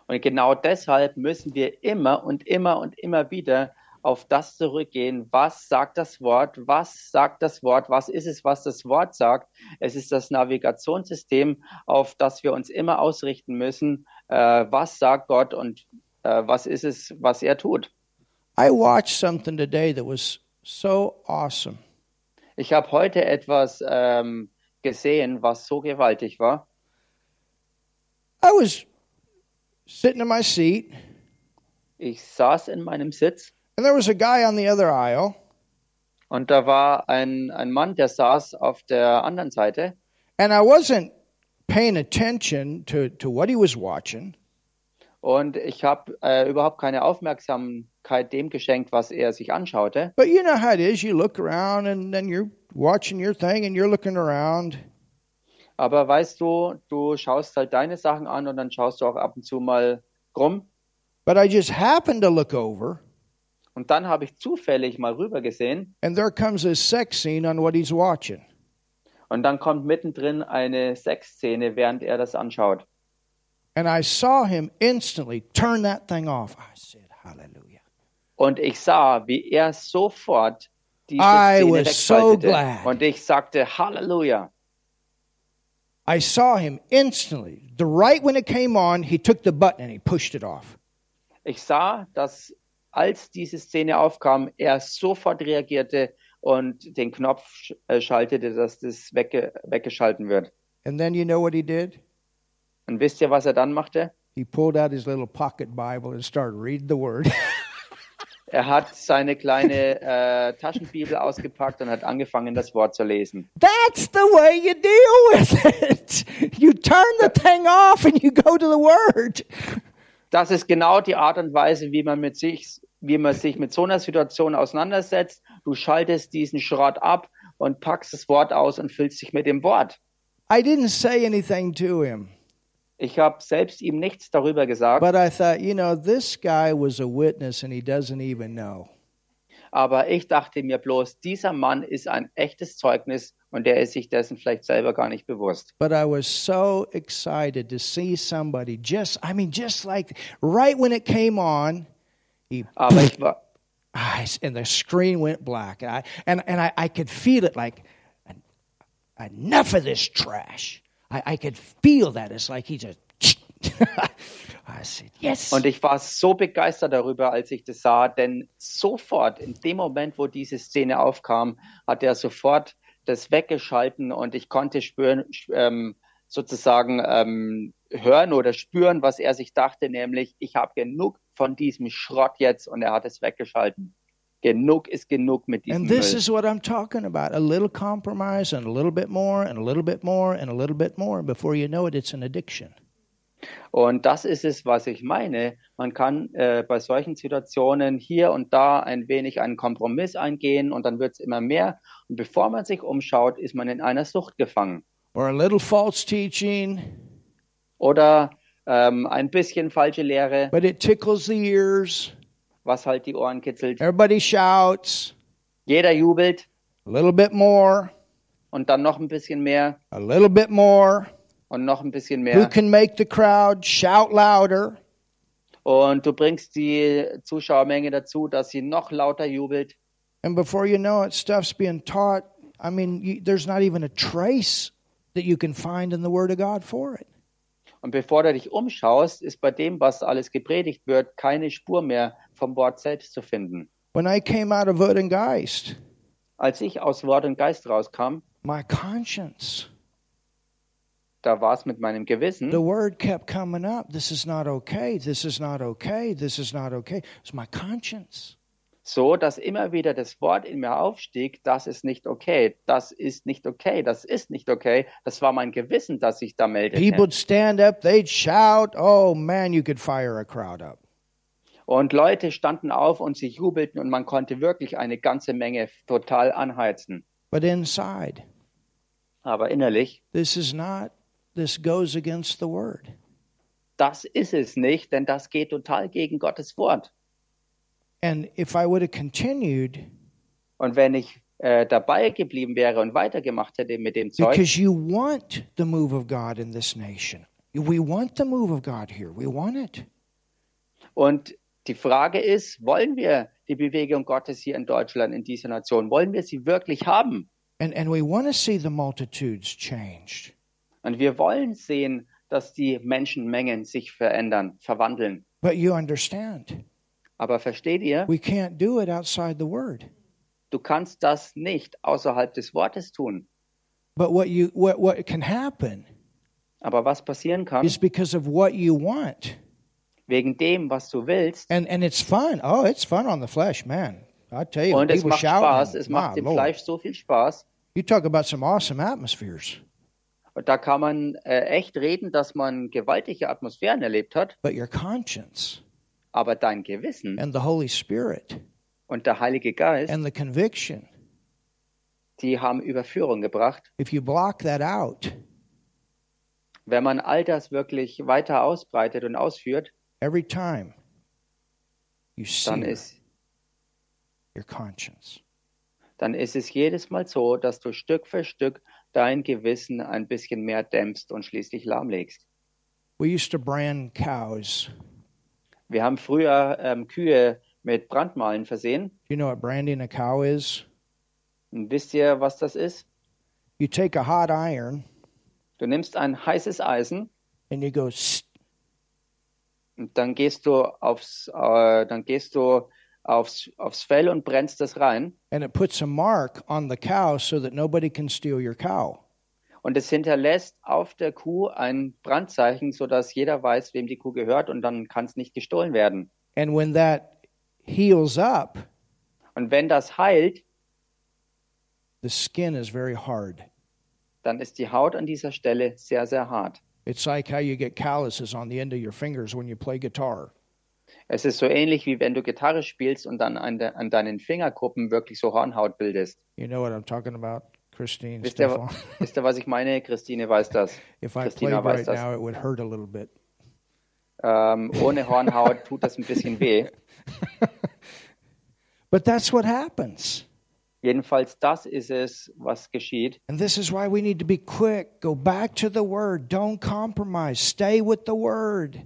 Und genau deshalb müssen wir immer und immer und immer wieder auf das zurückgehen, was sagt das Wort, was sagt das Wort, was ist es, was das Wort sagt. Es ist das Navigationssystem, auf das wir uns immer ausrichten müssen, äh, was sagt Gott und äh, was ist es, was er tut. I watched something today that was so awesome. Ich habe heute etwas ähm, gesehen, was so gewaltig war. I was sitting in my seat, Ich saß in meinem Sitz and there was a guy on the other aisle, und da war ein, ein Mann, der saß auf der anderen Seite. and I wasn't paying attention to, to what he was watching. Und ich habe äh, überhaupt keine Aufmerksamkeit dem geschenkt, was er sich anschaute. But you know how it is. You look around and then you're watching your thing and you're looking around. Aber weißt du, du schaust halt deine Sachen an und dann schaust du auch ab und zu mal rum. But I just happened to look over Und dann habe ich zufällig mal rüber gesehen and there comes a sex scene on what he's watching. und dann kommt mittendrin eine Sexszene, während er das anschaut. And I saw him instantly turn that thing off. I said, Hallelujah. Und ich sah, wie er sofort diese I Szene was so wegschaltete. glad. Und ich sagte Halleluja. I saw him instantly. The right when it came on, he took the button and he pushed it off. Ich sah, dass als diese Szene aufkam, er sofort reagierte und den Knopf sch- äh, schaltete, dass das wegge weggeschalten wird. And then you know what he did? Und wisst ihr, was er dann machte? He pulled out his little pocket Bible and started reading the word. [LAUGHS] Er hat seine kleine äh, Taschenbibel ausgepackt und hat angefangen, das Wort zu lesen. That's the way you deal with it. You turn the thing off and you go to the word. Das ist genau die Art und Weise, wie man, mit sich, wie man sich mit so einer Situation auseinandersetzt. Du schaltest diesen Schrott ab und packst das Wort aus und füllst dich mit dem Wort. I didn't say anything to him, Ich habe selbst ihm nichts darüber gesagt. but I thought, you know, this guy was a witness and he doesn't even know. Aber ich dachte mir bloß, dieser Mann ist ein echtes Zeugnis und der ist sich dessen vielleicht selber gar nicht bewusst. But I was so excited to see somebody just, I mean, just like right when it came on, he Aber ich war, eyes and the screen went black. And I, and, and I, I could feel it like, "En- enough of this trash. I, I could feel that. It's like he just, [LAUGHS] I said, yes. und ich war so begeistert darüber, als ich das sah, denn sofort, in dem Moment, wo diese Szene aufkam, hat er sofort das weggeschalten und ich konnte spüren, sch- ähm, sozusagen ähm, hören oder spüren, was er sich dachte, nämlich, ich habe genug von diesem Schrott jetzt und er hat es weggeschalten. Genug ist genug mit diesem And this Müll. is what I'm talking about a little compromise and a little bit more and a little bit more and a little bit more. And before you know it, it's an addiction. Und das ist es, was ich meine. Man kann äh, bei solchen Situationen hier und da ein wenig einen Kompromiss eingehen und dann wird es immer mehr. Und bevor man sich umschaut, ist man in einer Sucht gefangen. or a little false teaching, Oder ähm, ein bisschen falsche Lehre, but it tickles the ears. was halt die Ohren kitzelt. Everybody shouts. Jeder jubelt A little bit more. und dann noch ein bisschen mehr A little bit more. und noch ein bisschen Who mehr. can make the crowd shout louder? Und du bringst die Zuschauermenge dazu, dass sie noch lauter jubelt. And before you know it, stuff's being taught. I mean, you, there's not even a trace that you can find in the Word of God for it. Und bevor du dich umschaust, ist bei dem, was alles gepredigt wird, keine Spur mehr vom Wort selbst zu finden. When I came out of Word and Geist, Als ich aus Wort und Geist rauskam, my conscience, da war es mit meinem Gewissen. the Word kept coming up. This is not okay. This is not okay. This is not okay. It's my conscience. so, dass immer wieder das Wort in mir aufstieg, das ist nicht okay, das ist nicht okay, das ist nicht okay. Das war mein Gewissen, das sich da People meldete. would stand up. They'd shout. Oh, man, you could fire a crowd up. Und Leute standen auf und sie jubelten und man konnte wirklich eine ganze Menge total anheizen. But inside, Aber innerlich, This is not, this goes against the word. das ist es nicht, denn das geht total gegen Gottes Wort. And if I would have continued, Und wenn ich äh, dabei geblieben wäre und weitergemacht hätte mit dem Zeug, because you want the move of God in this nation, we want the move of God here, we want it. und die Frage ist, wollen wir die Bewegung Gottes hier in Deutschland, in dieser Nation, wollen wir sie wirklich haben? And, and we want to see the multitudes changed. Und wir wollen sehen, dass die Menschenmengen sich verändern, verwandeln. But you understand, Aber versteht ihr, we can't do it outside the word. du kannst das nicht außerhalb des Wortes tun. But what, you, what, what can happen Aber was passieren kann, is because of what you want. wegen dem, was du willst, And, and it's fun. Oh, it's fun on the flesh, man. I tell you, und es people macht shouting. Spaß, es My macht dem Ah, Lord. Fleisch so viel Spaß, You talk about some awesome atmospheres. und da kann man äh, echt reden, dass man gewaltige Atmosphären erlebt hat, but your conscience aber dein Gewissen and the Holy Spirit und der Heilige Geist, and the conviction, die haben Überführung gebracht. if you block that out, Wenn man all das wirklich weiter ausbreitet und ausführt, every time you dann sear ist, your conscience. dann ist es jedes Mal so, dass du Stück für Stück dein Gewissen ein bisschen mehr dämpfst und schließlich lahmlegst. We used to brand cows. Wir haben früher ähm, Kühe mit Brandmalen versehen. You know what branding a cow is? Und wisst ihr, was das ist? You take a hot iron Du nimmst ein heißes Eisen and you go, "Sst," und dann gehst du aufs, äh, dann gehst du aufs, aufs Fell und brennst das rein. and it puts a mark on the cow so that nobody can steal your cow. Und es hinterlässt auf der Kuh ein Brandzeichen, sodass jeder weiß, wem die Kuh gehört und dann kann es nicht gestohlen werden. And when that heals up, Und wenn das heilt, the skin is very hard. dann ist die Haut an dieser Stelle sehr, sehr hart. It's like how you get calluses on the end of your fingers when you play guitar. Es ist so ähnlich, wie wenn du Gitarre spielst und dann an, de an deinen Fingerkuppen wirklich so Hornhaut bildest. You know what I'm talking about, Christine, Wisst ihr, wa- Stefan. wisst ihr, was ich meine? Christine weiß das. If I Christina played right weiß das. now, it would hurt a little bit. Ähm, ohne Hornhaut tut das ein bisschen weh. But that's what happens. Jedenfalls, das ist es, was geschieht. And this is why we need to be quick. Go back to the Word. Don't compromise. Stay with the Word.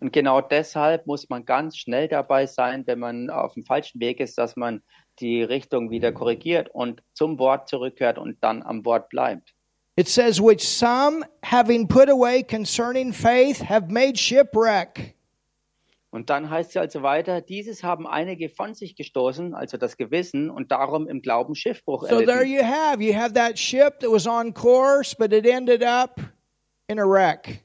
Und genau deshalb muss man ganz schnell dabei sein, wenn man auf dem falschen Weg ist, dass man die Richtung wieder korrigiert und zum Wort zurückkehrt und dann am Wort bleibt. It says, Which some, having put away concerning faith, have made shipwreck. Und dann heißt es also weiter, dieses haben einige von sich gestoßen, also das Gewissen, und darum im Glauben Schiffbruch So there erlitten. you have. You have that ship that was on course, but it ended up in a wreck.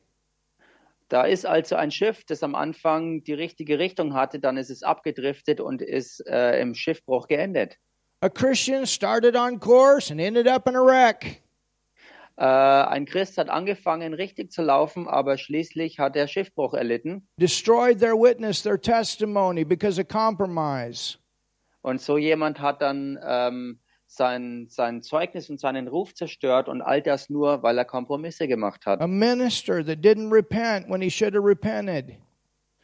Da ist also ein Schiff, das am Anfang die richtige Richtung hatte, dann ist es abgedriftet und ist äh, im Schiffbruch geendet. A Christian started on course and ended up in a wreck. Äh, ein Christ hat angefangen, richtig zu laufen, aber schließlich hat er Schiffbruch erlitten. destroyed their witness, their testimony because of compromise. Und so jemand hat dann ähm, sein, sein Zeugnis und seinen Ruf zerstört und all das nur, weil er Kompromisse gemacht hat. A minister that didn't repent when he should have repented.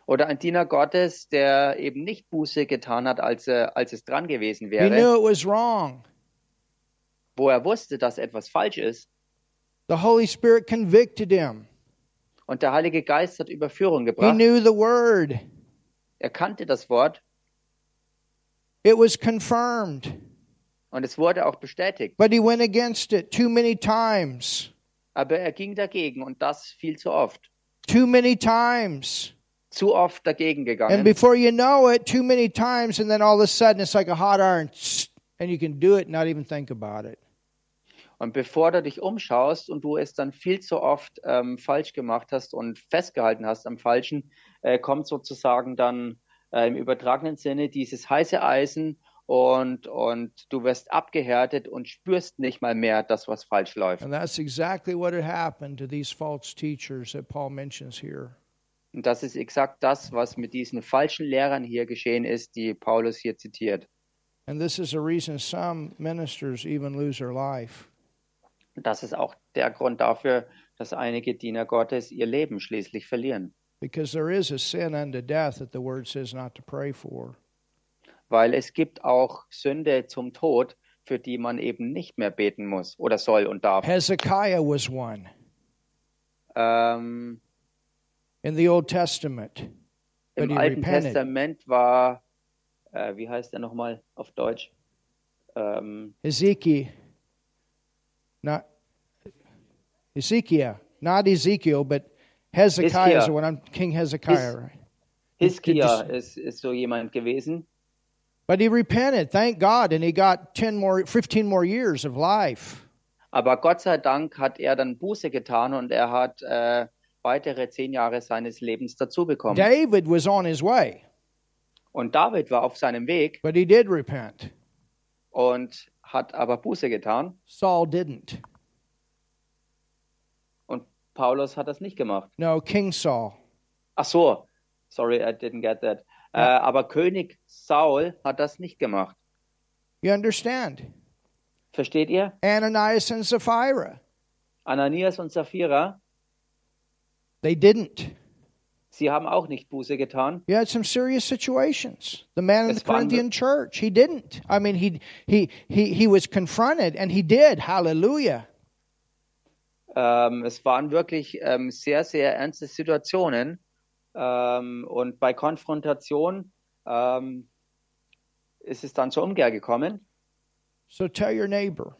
Oder ein Diener Gottes, der eben nicht Buße getan hat, als, er, als es dran gewesen He wäre, knew it was wrong. wo er wusste, dass etwas falsch ist. The Holy Spirit convicted him. Und der Heilige Geist hat Überführung He gebracht. knew the word. Er kannte das Wort It was confirmed. und es wurde auch bestätigt. But he went against it too many times. Aber er ging dagegen und das viel zu oft. Too many times. Zu oft dagegen And gegangen. before you know it, too many times, and then all of a sudden it's like a hot iron, [SNIFFS] and you can do it, and not even think about it. Und bevor du dich umschaust und du es dann viel zu oft ähm, falsch gemacht hast und festgehalten hast am Falschen, äh, kommt sozusagen dann äh, im übertragenen Sinne dieses heiße Eisen und, und du wirst abgehärtet und spürst nicht mal mehr, dass was falsch läuft. And that's exactly what had happened to these false teachers that Paul mentions here. Und das ist exakt das, was mit diesen falschen Lehrern hier geschehen ist, die Paulus hier zitiert. And this is the reason some ministers even lose their life. Und das ist auch der Grund dafür, dass einige Diener Gottes ihr Leben schließlich verlieren, Because there is a sin unto death that the word says not to pray for. weil es gibt auch Sünde zum Tod, für die man eben nicht mehr beten muss oder soll und darf. Hezekiah was one Ähm, in the Old Testament. But Im he Alten repented. Testament war, äh, wie heißt er nochmal auf Deutsch? Ähm, Ezekiel, not Ezekiel, not Ezekiel, but Hezekiah is Hezekiah. the one. I'm King Hezekiah. Hes- right? Hiskia Did you- ist, ist so jemand gewesen. But he repented, thank God, and he got ten more, fifteen more years of life. Aber Gott sei Dank hat er dann Buße getan und er hat äh, weitere zehn Jahre seines Lebens dazu bekommen. David was on his way, Und David war auf seinem Weg but he did repent. und hat aber Buße getan Saul didn't. und Paulus hat das nicht gemacht. No, King Saul. Ach so, sorry, I didn't get that. Äh, aber König Saul hat das nicht gemacht. You understand? Versteht ihr? Ananias and Sapphira, Ananias und Sapphira, they didn't. sie haben auch nicht Buße getan. You had some serious situations. The man in the Yes, but I'm the- Corinthian church, he didn't. I mean, he he he he was confronted, and he did. Hallelujah. Ähm, es waren wirklich ähm, sehr, sehr ernste Situationen. Ähm, und bei Konfrontation ähm, ist es dann zur Umkehr gekommen. So tell your neighbor,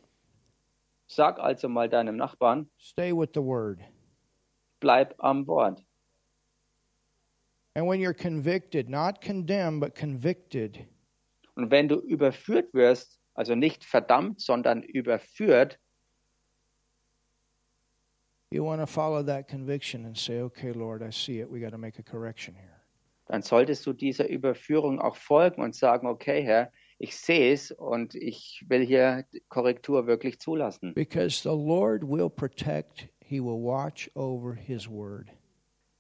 Sag also mal deinem Nachbarn, stay with the word. bleib am Wort. And when you're convicted, not condemned, but convicted, Und wenn du überführt wirst, also nicht verdammt, sondern überführt, you want to follow that conviction and say, "Okay, Lord, I see it. We got to make a correction here." dann solltest du dieser Überführung auch folgen und sagen, okay, Herr, ich sehe es und ich will hier Korrektur wirklich zulassen. Because the Lord will protect. He will watch over His word.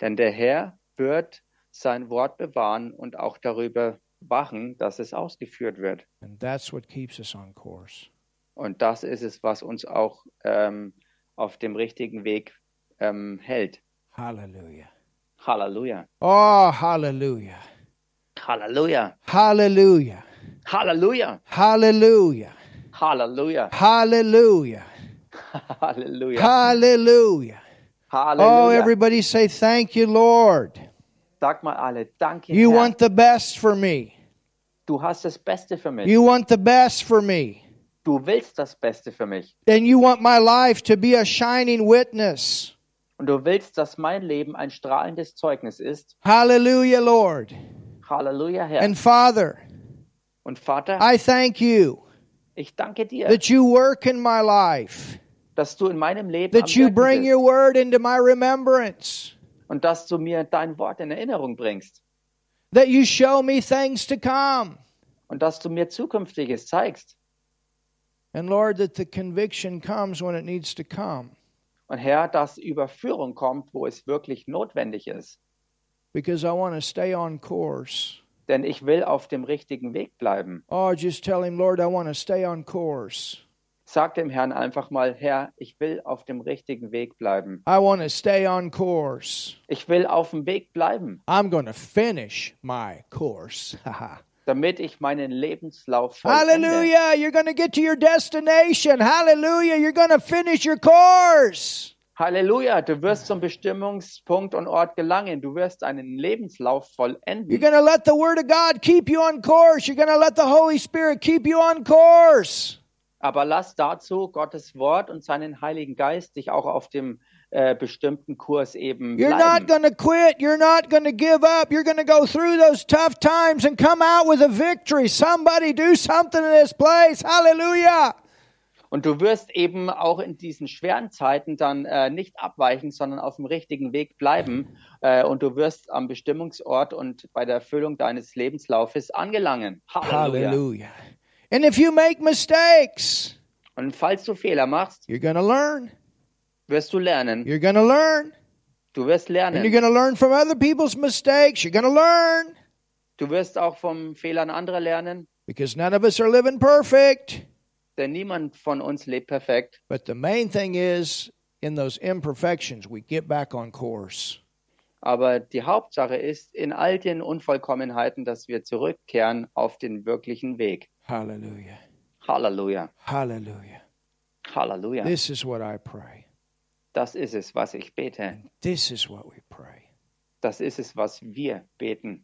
Denn der Herr wird sein Wort bewahren und auch darüber wachen, dass es ausgeführt wird. And that's what keeps us on course. Und das ist es, was uns auch ähm, auf dem richtigen Weg ähm, hält. Hallelujah. Halleluja. Oh, hallelujah. Halleluja. Hallelujah. Halleluja. Halleluja. Hallelujah. Hallelujah. [LAUGHS] Halleluja. Hallelujah. Oh, Halleluja. everybody say, Thank you, Lord. Sag mal alle, danke You Herr. want the best for me. du hast das Beste für mich. You want the best for me. du willst das Beste für mich. And you want my life to be a shining witness. Und du willst, dass mein Leben ein strahlendes Zeugnis ist. Hallelujah, Lord. Halleluja, Herr. And Father, und Vater, I thank you ich danke dir. that you work in my life, dass du in meinem Leben am that you Wirken bring bist your word into my remembrance, und dass du mir dein Wort in Erinnerung bringst that you show me things to come. und dass du mir Zukünftiges zeigst And Lord, that the conviction comes when it needs to come. Und Herr, dass Überführung kommt, wo es wirklich notwendig ist. because I want to stay on course. Denn ich will auf dem richtigen Weg bleiben. Oh, just tell him, Lord, I want to stay on course. Sag dem Herrn einfach mal, Herr, ich will auf dem richtigen Weg bleiben. I want to stay on course. Ich will auf dem Weg bleiben, I'm going to finish my course. [LAUGHS] Haha. damit ich meinen Lebenslauf vollende. Hallelujah. You're going to get to your destination. Hallelujah. You're going to finish your course. Halleluja, du wirst zum Bestimmungspunkt und Ort gelangen. Du wirst einen Lebenslauf You're vollenden. going to let the Word of God keep you on course. You're going to let the Holy Spirit keep you on course. Aber lass dazu Gottes Wort und seinen Heiligen Geist dich auch auf dem äh, bestimmten Kurs eben You're not bleiben. going to quit. You're not going to give up. You're going to go through those tough times and come out with a victory. Somebody do something in this place. Hallelujah. Und du wirst eben auch in diesen schweren Zeiten dann äh, nicht abweichen, sondern auf dem richtigen Weg bleiben. Äh, und du wirst am Bestimmungsort und bei der Erfüllung deines Lebenslaufes angelangen. Halleluja. And if you make mistakes, Und falls du Fehler machst, you're going to learn. wirst du lernen. You're going to learn. Du wirst And you're lernen. going to learn from other people's mistakes. You're going to learn Du wirst auch vom Fehlern anderer lernen. because none of us are living perfect. denn niemand von uns lebt perfekt. But the main thing is, in those imperfections, we get back on course. Aber die Hauptsache ist, in all den Unvollkommenheiten, dass wir zurückkehren auf den wirklichen Weg. Hallelujah. Halleluja. Hallelujah. Halleluja. This is what I pray. Das ist es, was ich bete. This is what we pray. Das ist es, was wir beten.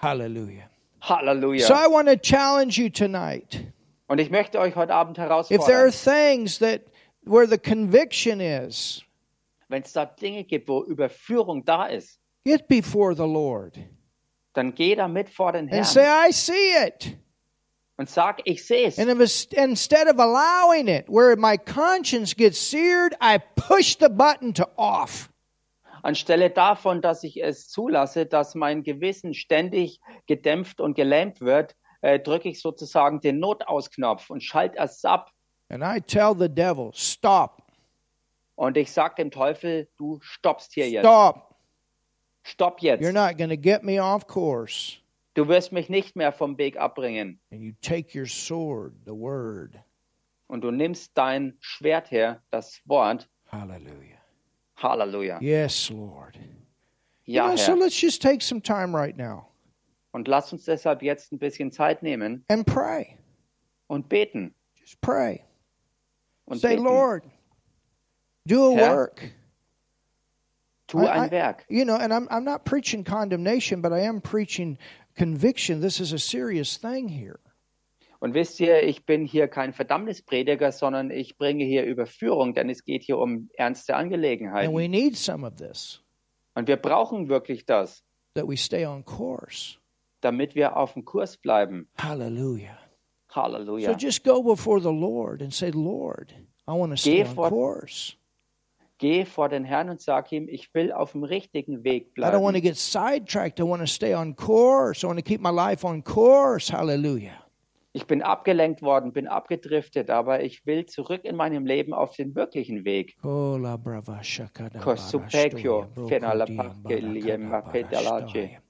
Hallelujah. So Halleluja. I want to challenge you tonight. Und ich möchte euch heute Abend If there are herausfordern, things that where the conviction is, wenn es da Dinge gibt, wo Überführung da ist, get before the Lord dann geh damit vor den and say, Herrn I see it. und sag, ich sehe es. And if it's, instead of allowing it, where my conscience gets seared, I push the button to off. Anstelle davon, dass ich es zulasse, dass mein Gewissen ständig gedämpft und gelähmt wird, äh, drücke ich sozusagen den Notausknopf und schalte es ab. And I tell the devil, stop, Und ich sage dem Teufel, du stoppst hier jetzt. stop. Stopp You're jetzt. not going to get me off course. Du wirst mich nicht mehr vom Weg abbringen. And you take your sword, the word. Und du nimmst dein Schwert her, das Wort. Hallelujah. Halleluja. Yes, Lord. you Ja, know, so Herr. let's just take some time right now Und lass uns deshalb jetzt ein bisschen Zeit nehmen and pray. und beten. Just pray. Und Say, beten. Lord, do a Herr, work. tu I- I- ein Werk. You know, and I'm, I'm not preaching condemnation, but I am preaching conviction. This is a serious thing here. Und wisst ihr, ich bin hier kein Verdammnisprediger, sondern ich bringe hier Überführung, denn es geht hier um ernste And Angelegenheiten. we need some of this Und wir brauchen wirklich das, that we stay on course. damit wir auf dem Kurs bleiben. Hallelujah. So Halleluja. just go before the Lord and say, Lord, I want to stay Geh on vor- course. Geh vor den Herrn und sag ihm, ich will auf dem richtigen Weg I don't want bleiben. to get sidetracked. I want to stay on course. I want to keep my life on course. Hallelujah. Ich bin abgelenkt worden, bin abgedriftet, aber ich will zurück in meinem Leben auf den wirklichen Weg. Kola brava shakada Kostu bara pekio, stoya, broko fenala diam pake bara liem kada bara apedalace. stoya. Halleluja.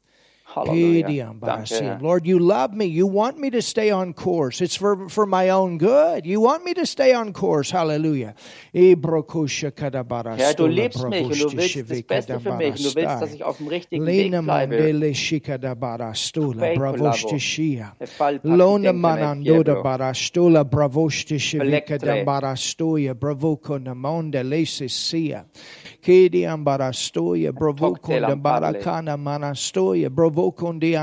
Pidiam bara Danke, siam. Herr. Lord, you love me. You want me to stay on course. It's for, for my own good. You want me to stay on course. Hallelujah. E broko shakada bara Herr, du stola liebst mich bravo und du willst das shishivika Beste da für bara mich und du willst, dass stai. ich auf dem richtigen Weg Lena bleibe. mandele shikada bara stola Pecula bravo vo. shishia. E fal passi dentro nel Lona manandoda diavolo. barastola bravosti shivica da Electre. barastoia bravoco na monde lesisia. Kedi ambarastoia bravoco Cocktail da and parley. baracana manastoia bravoco di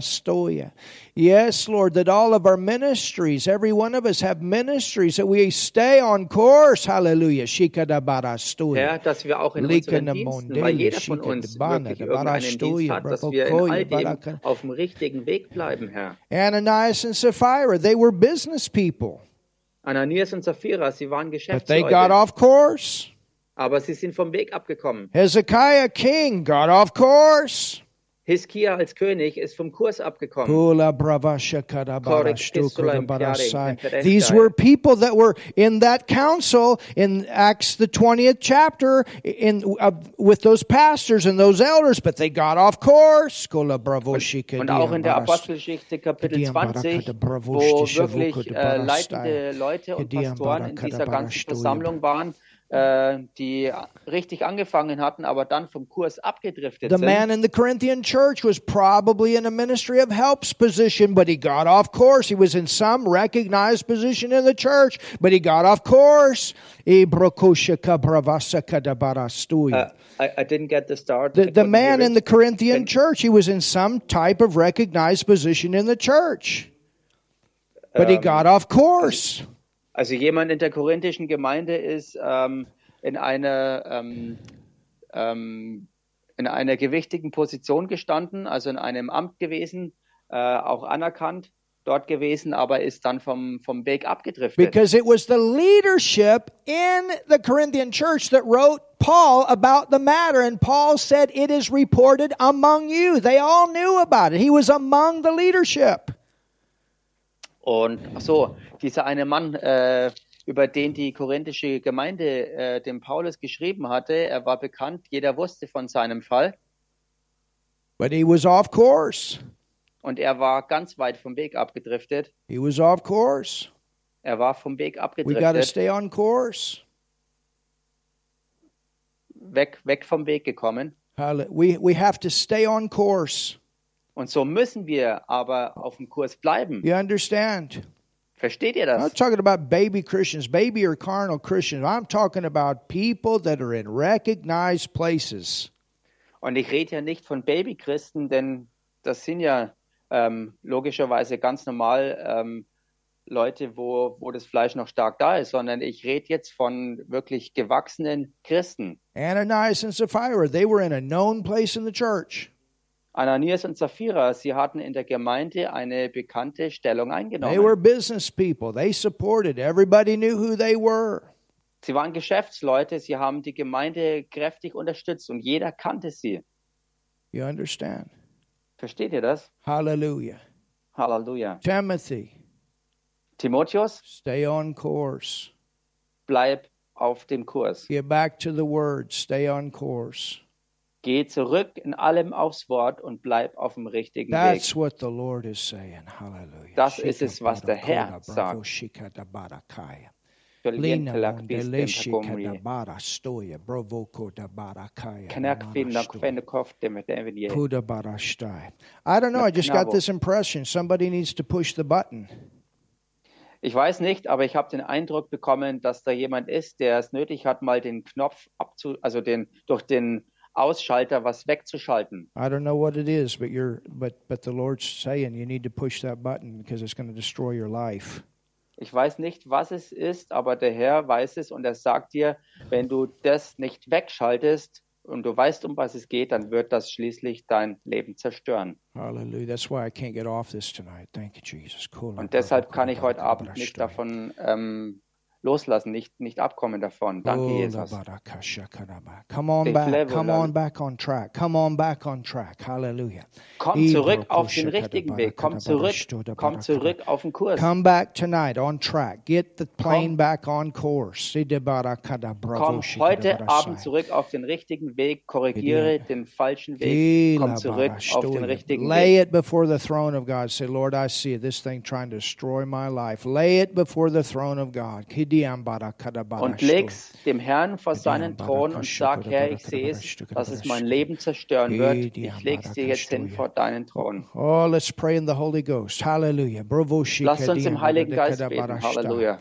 ambarastoia. Yes, Lord, that all of our ministries, every one of us have ministries that we stay on course. Hallelujah. Shika da barastoia. Herr, dass wir auch in unseren Likana Diensten, weil mondele jeder von shika uns da bana wirklich da irgendeinen Dienst barastoia hat, dass wir in all bravocoia dem baracana. auf dem richtigen Weg bleiben, Herr. Ananias and Sapphira, they were business people. Ananias und Sapphira, sie waren But they Geschäftsleute, got off course. aber sie sind vom Weg abgekommen. Hezekiah king got off course. Hiskia als König ist vom Kurs abgekommen. Kula brava shakada bara Correct. stu Isulai kuda bara mpiare, sai. imperenta. These were people that were in that council in Acts the 20th chapter in uh, with those pastors and those elders, but they got off course. Kula bravo shikadia Und auch in der bara sai. Apostelgeschichte Kapitel Kediam 20, barakada bravo wo shtishe wirklich vukude äh, barastai. leitende Leute und Kediam Pastoren in barakada dieser ganzen barashtoye. Versammlung waren, äh, die richtig angefangen hatten, aber dann vom Kurs abgedriftet The sind. man in the Corinthian church was probably in a ministry of helps position, but he got off course. He was in some recognized position in the church, but he got off course. Uh, The, Äh, I, I didn't get the start. I the couldn't man hear in it. the Corinthian church, he was in some type of recognized position in the church, but he Um, got off course. Also jemand in der korinthischen Gemeinde ist ähm, in einer ähm, ähm, in einer gewichtigen Position gestanden, also in einem Amt gewesen, äh, auch anerkannt dort gewesen, aber ist dann vom vom Weg abgedriftet. Because it was the leadership in the Corinthian church that wrote Paul about the matter. And Paul said, It is reported among you. They all knew about it. He was among the leadership. Und ach so, dieser eine Mann, äh, über den die korinthische Gemeinde äh, dem Paulus geschrieben hatte, er war bekannt, jeder wusste von seinem Fall But he was off course. und er war ganz weit vom Weg abgedriftet. He was off course. Er war vom Weg We got to abgedriftet. stay on course. weg, weg vom Weg gekommen. Hallel- We, we have to stay on course. Und so müssen wir aber auf dem Kurs bleiben. You understand? Versteht ihr I'm not das? talking about baby Christians, baby or carnal Christians. I'm talking about people that are in recognized places. Und ich rede ja nicht von Babychristen, denn das sind ja ähm, logischerweise ganz normal ähm, Leute, wo, wo das Fleisch noch stark da ist, sondern ich rede jetzt von wirklich gewachsenen Christen. Ananias and Sapphira, they were in a known place in the church. Ananias und Sapphira, sie hatten in der Gemeinde eine bekannte Stellung They were eingenommen. business people. They supported. Everybody knew who they were. Sie waren Geschäftsleute, sie haben die Gemeinde kräftig unterstützt und jeder kannte sie. You understand? Versteht ihr das? Hallelujah. Halleluja. Timothy, Timotheus, stay on course. bleib auf dem Kurs. Get back to the word. Stay on course. Geh zurück in allem aufs Wort und bleib auf dem richtigen Weg. That's what the Lord is saying. Hallelujah. Das ist es, was der Herr sagt. sagt. Verlieren Lina Telak bis dem Mondeleshi Takumri. Kadabara Stoya Brovoko Dabarakaya Knack bin nach Namarashto. Fennekov dem Evangelie. Puda Barashtai. I don't know. I just got Knabo. this impression. Somebody needs to push the button. Ich weiß nicht, aber ich habe den Eindruck bekommen, dass da jemand ist, der es nötig hat, mal den Knopf abzu, also den durch den Ausschalter was wegzuschalten. I don't know what it is, but you're but but the Lord's saying you need to push that button because it's going to destroy your life. Ich weiß nicht, was es ist, aber der Herr weiß es und er sagt dir, wenn du das nicht wegschaltest und du weißt, um was es geht, dann wird das schließlich dein Leben zerstören. Hallelujah. That's why I can't get off this tonight. Thank you, Jesus. Cool. Und deshalb kann ich heute Abend nicht davon ähm, loslassen, nicht, nicht abkommen davon. Danke, Jesus. Come on Ich back. lebe Come lang. on back on track. Come on back on track. Hallelujah. Komm zurück auf den richtigen Weg. Komm zurück. Komm zurück auf den Kurs. Come back tonight on track. Get the plane Komm. back on course. Komm Komm heute Abend zurück auf den richtigen Weg. Korrigiere den falschen Weg. Komm zurück auf den richtigen Lay Weg. it before the throne of God. Say, Lord, I see this thing trying to destroy my life. Lay it before the throne of God. Und Und leg's dem Herrn vor seinen Thron und sag, Herr, ich sehe es, dass es mein Leben zerstören wird. Ich leg's dir jetzt hin vor deinen Thron. Oh, let's pray in the Holy Ghost. Hallelujah. Lasst uns im Heiligen Geist beten. Halleluja.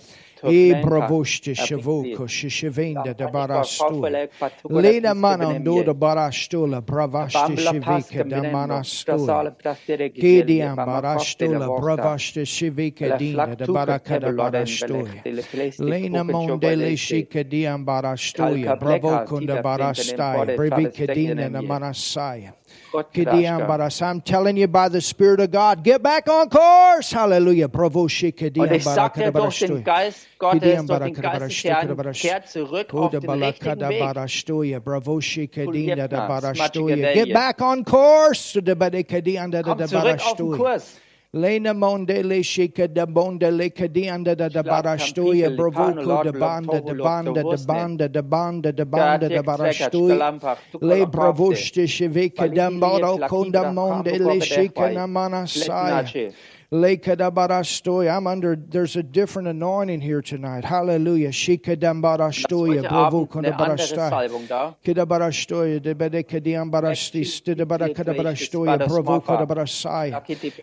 Ebrovoshti Erblick shavoko sie. shishavinda da Vorfälle, barastu. Partikel, Lena Dienste, manon Benehmen. do da barastula bravashti Bambla shivika paskem da benendo, manastula. dasale ptastere gizelle, Kidiam bamba barastula kostele vorta. bravashti shivika La dinda da flaktuke baraka da tebloden velechtele barastu. plestik Lena kuke monde le tjobalestik. shikadiam barastuya. Kalka bleka, Bravokunda tida barastai. pintenem bode, Brevika travestek dinda denem na je. manasaya. Gott Kidiam raschka. baras. I'm telling you by the Spirit of God, get back on course. Hallelujah. Provo Und shikadiam ich sag baraka dir da durch barastu. den Geist Gottes Kidiam durch den barakada Geist des barashtukada Herrn barash- kehrt zurück auf Koda den richtigen balakada Weg. barastoya, bravoshi kadinda da Kuljetna, barastoya. smačikadeje. Get back on course. Da bade kadianda da Komm da zurück auf den barastoya. Kurs. Lena monde le shika da bonda le kadianda da da Šlak barastoya. kampikeli, Bravoko kanula, da banda da tohulo, banda da tohusne. banda da banda da banda da Gatek, cekat, barastoya. škalampah, Le tukolapah, bravoshte shivika da Palili je mbaro tlakida, konda monde kampo le vedehvaj. shika na manasaya. letnače. Lekadabarastoy. I'm under, there's a different anointing here tonight. Hallelujah. Lass heute Shikadambarastoya. Abend eine andere Bravokadabarastai. Salbung da. Kedabarastoya. Debedekadiambarastis. Debedakadabarastoya. Bravokadabarasai.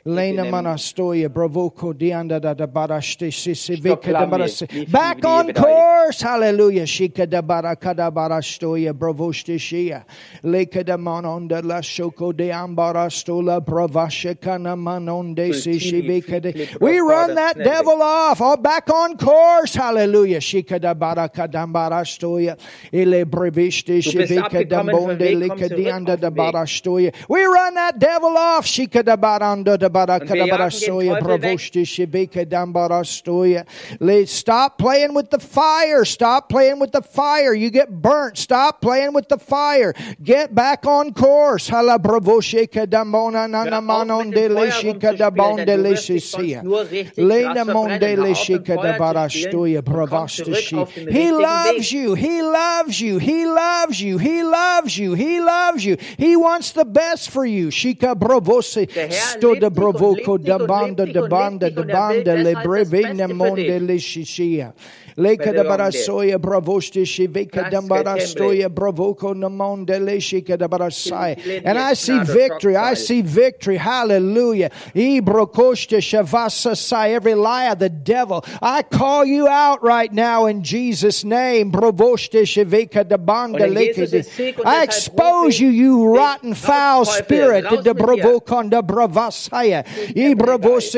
Lena Manastoya. Bravoko diandadabarashti. Sisivikadabarasi. Back on course. Hallelujah. Shikadabarakadabarastoya. Bravoshtishia. Lekadamanonda la shoko de ambarastola. Bravashikana manonde sisivikade. We run that devil off. Oh, back on course. Hallelujah. Shikadabarakadambarastoya. Ele brevishti Du bist abgekommen vom shivikadambonde. Weg, komm zurück Lekadianda auf da den Weg. barastoya. We run that devil off. Shikadabaranda da wir jagen den barakadabarastoya. Teufel weg. Bravoshti shivikadambarastoya. Let's stop playing with the fire. Stop playing with the fire. You get burnt. Stop playing with the fire. Get back on course. Hala bravoshe kadamona na na Hör auf, manon mit de dem le Feuer shika rumzuspielen, da bon de denn du le wirst dich shisia. sonst nur richtig Lena krass mon de le verbrennen. Hör auf, mit shika da Feuer zu barastoya spielen und komm zurück bravastashi. auf den He richtigen loves Weg. you. He loves you. He loves you. He loves you. He loves you. He wants the best for you. Shika bravose. Der Herr Sto liebt de dich und bravoko liebt dich da und banda liebt dich da und banda da liebt dich und er will banda le deshalb das brevene Beste für mon dich. de le shisia. Leka da Wenn du wrong barastoya bravoshti shivika da Kraske barastoya Hallelujah. Bravoko namondele shikadabarasai. And I see victory. I see victory. Hallelujah. Ibrokoshte shavasasai. Every lie of the devil. I call you out right now in Jesus' name. Bravoshte Und in Jesus ist Sieg shivikadabandalekede. I und deshalb expose rufe you, ich you dich rotten, raus, foul Teufel, spirit. raus The mit dir. bravokanda bravasaya.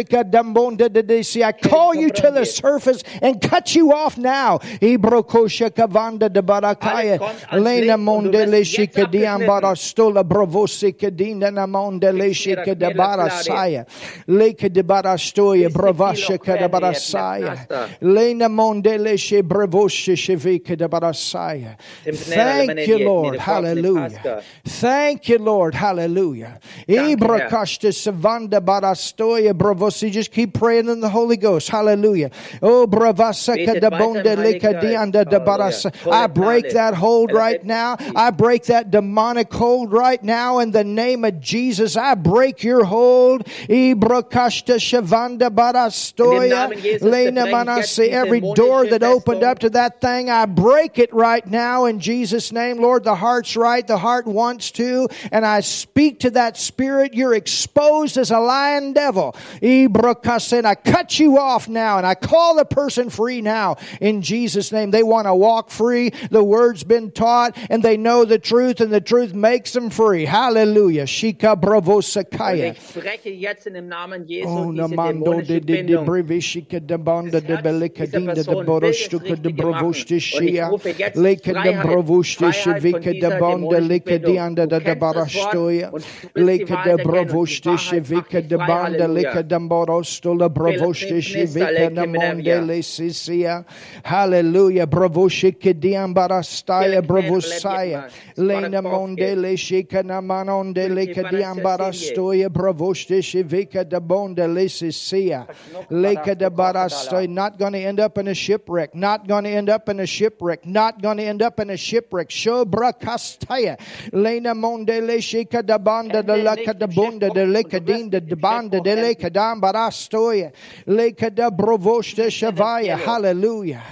Ibravosika I call you to the Comprende. surface and cut you off now. Ibrokoshekavanda de Barakaya, Alles kommt ans Lena Licht und du wirst Mondele jetzt Shikadian abgeschnitten. Barastola Bravosikadina na Mondele Ex mira, Shikada mira, Claudia. Barasaya, Lake de Barastoya, Bist du viel Bravashikada auch wert, Barasaya, jetzt, Master. Lena Mondele She Bravoshishivika de Barasaya. Im Schnell, Thank you, Lord. meine Diät, meine Form, meine Hallelujah. Pascha. Thank you, Lord. Hallelujah. Danke, Herr. Ibrakashta Savanda Barastoya Bravosi. Just keep praying in the Holy Ghost. Hallelujah. Oh, Bravasaka Betet da weiter im bonde Heiligen lekadianda da Geist. barasa. Halleluja. I break that hold right now. I break that demonic hold right now in the name of Jesus. I break your hold. Ibrakashta Shavanda Barastoya. In dem Namen Jesus Lena zerbreche ich jetzt Manasseh. diese Every dämonische door that opened Festung. up to that thing, I break it right now in Jesus' name. Lord, the heart's right, the heart wants to, and I speak to that spirit. You're exposed as a lying devil. Ibrakasin, I cut you off now, and I call the person free now in Jesus' name. They want to walk free. The word's been taught, and they know the truth, and the truth makes them free. Hallelujah. Shika bravo Und sakaya. ich breche jetzt in dem Namen Jesu Ah, Oh, diese Namando de dämonische de de Bindung. brevishika de banda Das de Herz dieser belecadinda de Person will das borostuka de Richtige machen. Und ich brovustishia, rufe jetzt leke de Freiheit, brovustisha, Freiheit von vika de dieser banda, dämonischen leke de Bindung. anda Du de de kennst das Wort barastoia, und du willst die leke de Wahrheit erkennen und die brovustisha, Wahrheit macht vika dich de frei. banda, leke Halleluja. de borostola, brovustishi, Philippines, vika leke namonde Minervia. le sisia. Hallelujah, brovushika de ambarastaya, Philippines, brovusaya, Levia, lena monde le shika namanonde leke de ambarastoia. Stoya Bravoshte Shivika da Bonda Lesisia. Leka da Barastoy. Not going to end up in a shipwreck. Not going to end up in a shipwreck. Not going to end up in a shipwreck. Shobra Kastaya. Lena Monde Leshika da Banda da Leka da Bonda da Leka Dinda da Banda da Leka da Barastoya. Leka da Bravoshte Shavaya. Hallelujah.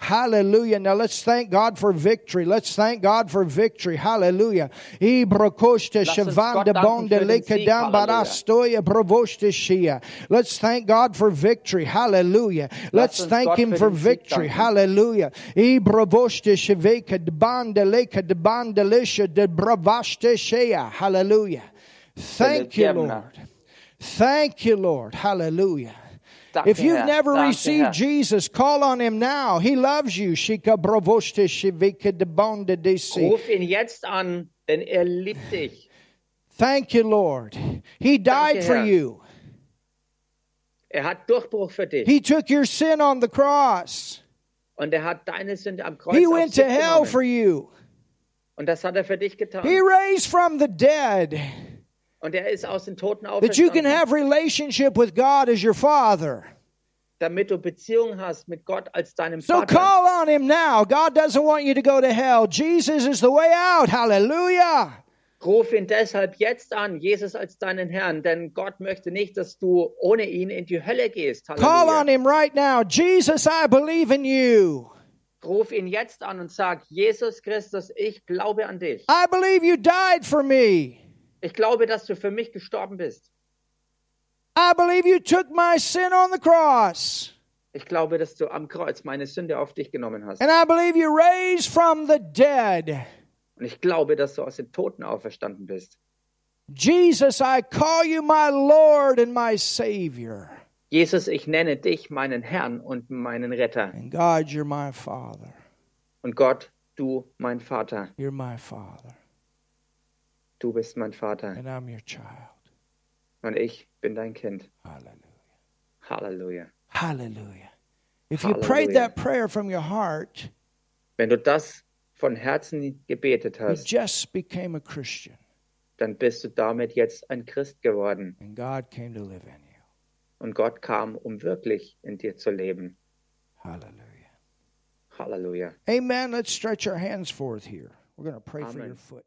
Hallelujah. Now let's thank God for victory. Let's thank God for victory. Hallelujah. Ibrokoshte Lass uns Gott Shavanda danken Bonde für den Sieg. Lekedam Barastoya Bravoshte Shia. Let's thank God for victory. Hallelujah. Let's Lass uns thank Gott Him für for den Sieg victory. danken. Hallelujah. Ibrovoshte Shivekad Banda Lekad Bandelisha De Bravashte Shia. Hallelujah. Thank you, Belediemna. Lord. Thank you, Lord. Hallelujah. Danke, If you've Herr. never Danke, received Herr. Jesus, call on him now. He loves you. Shika bravoste shivika de bonde desi. Ruf ihn jetzt an, denn er liebt dich. Thank you, Lord. He died for Herr. you. Er hat Durchbruch für dich. He took your sin on the cross. Und er hat deine Sünde am Kreuz He auf went sich to hell genommen. for you. Und das hat er für dich getan. He raised from the dead Und er ist aus den Toten that you can auferstanden, have relationship with God as your father. damit du Beziehung hast mit Gott als deinem So Vater. call on him now. God doesn't want you to go to hell. Jesus is the way out. Hallelujah. Ruf ihn deshalb jetzt an, Jesus als deinen Herrn, denn Gott möchte nicht, dass du ohne ihn in die Hölle gehst. Call on Halleluja. him right now. Jesus, I believe in you. Ruf ihn jetzt an und sag, Jesus Christus, ich glaube an dich. I believe you died for me. Ich glaube, dass du für mich gestorben bist. I believe you took my sin on the cross. Ich glaube, dass du am Kreuz meine Sünde auf dich genommen hast. And I believe you raised from the dead. Und ich glaube, dass du aus den Toten auferstanden bist. Jesus, I call you my Lord and my Savior. Jesus, ich nenne dich meinen Herrn und meinen Retter. And God, you're my Father. Und Gott, du mein Vater. You're my Father. Du bist mein Vater. And I'm your child. Und ich bin dein Kind. Hallelujah. Halleluja. Hallelujah. If you Hallelujah. prayed that prayer from your heart, Wenn du das von Herzen gebetet you hast, just became a Christian dann bist du damit jetzt ein Christ geworden. and God came to live in you. Und Gott kam, um wirklich in dir zu leben. Hallelujah. Halleluja. Amen. Let's stretch our hands forth here. We're going to pray for Amen. your foot.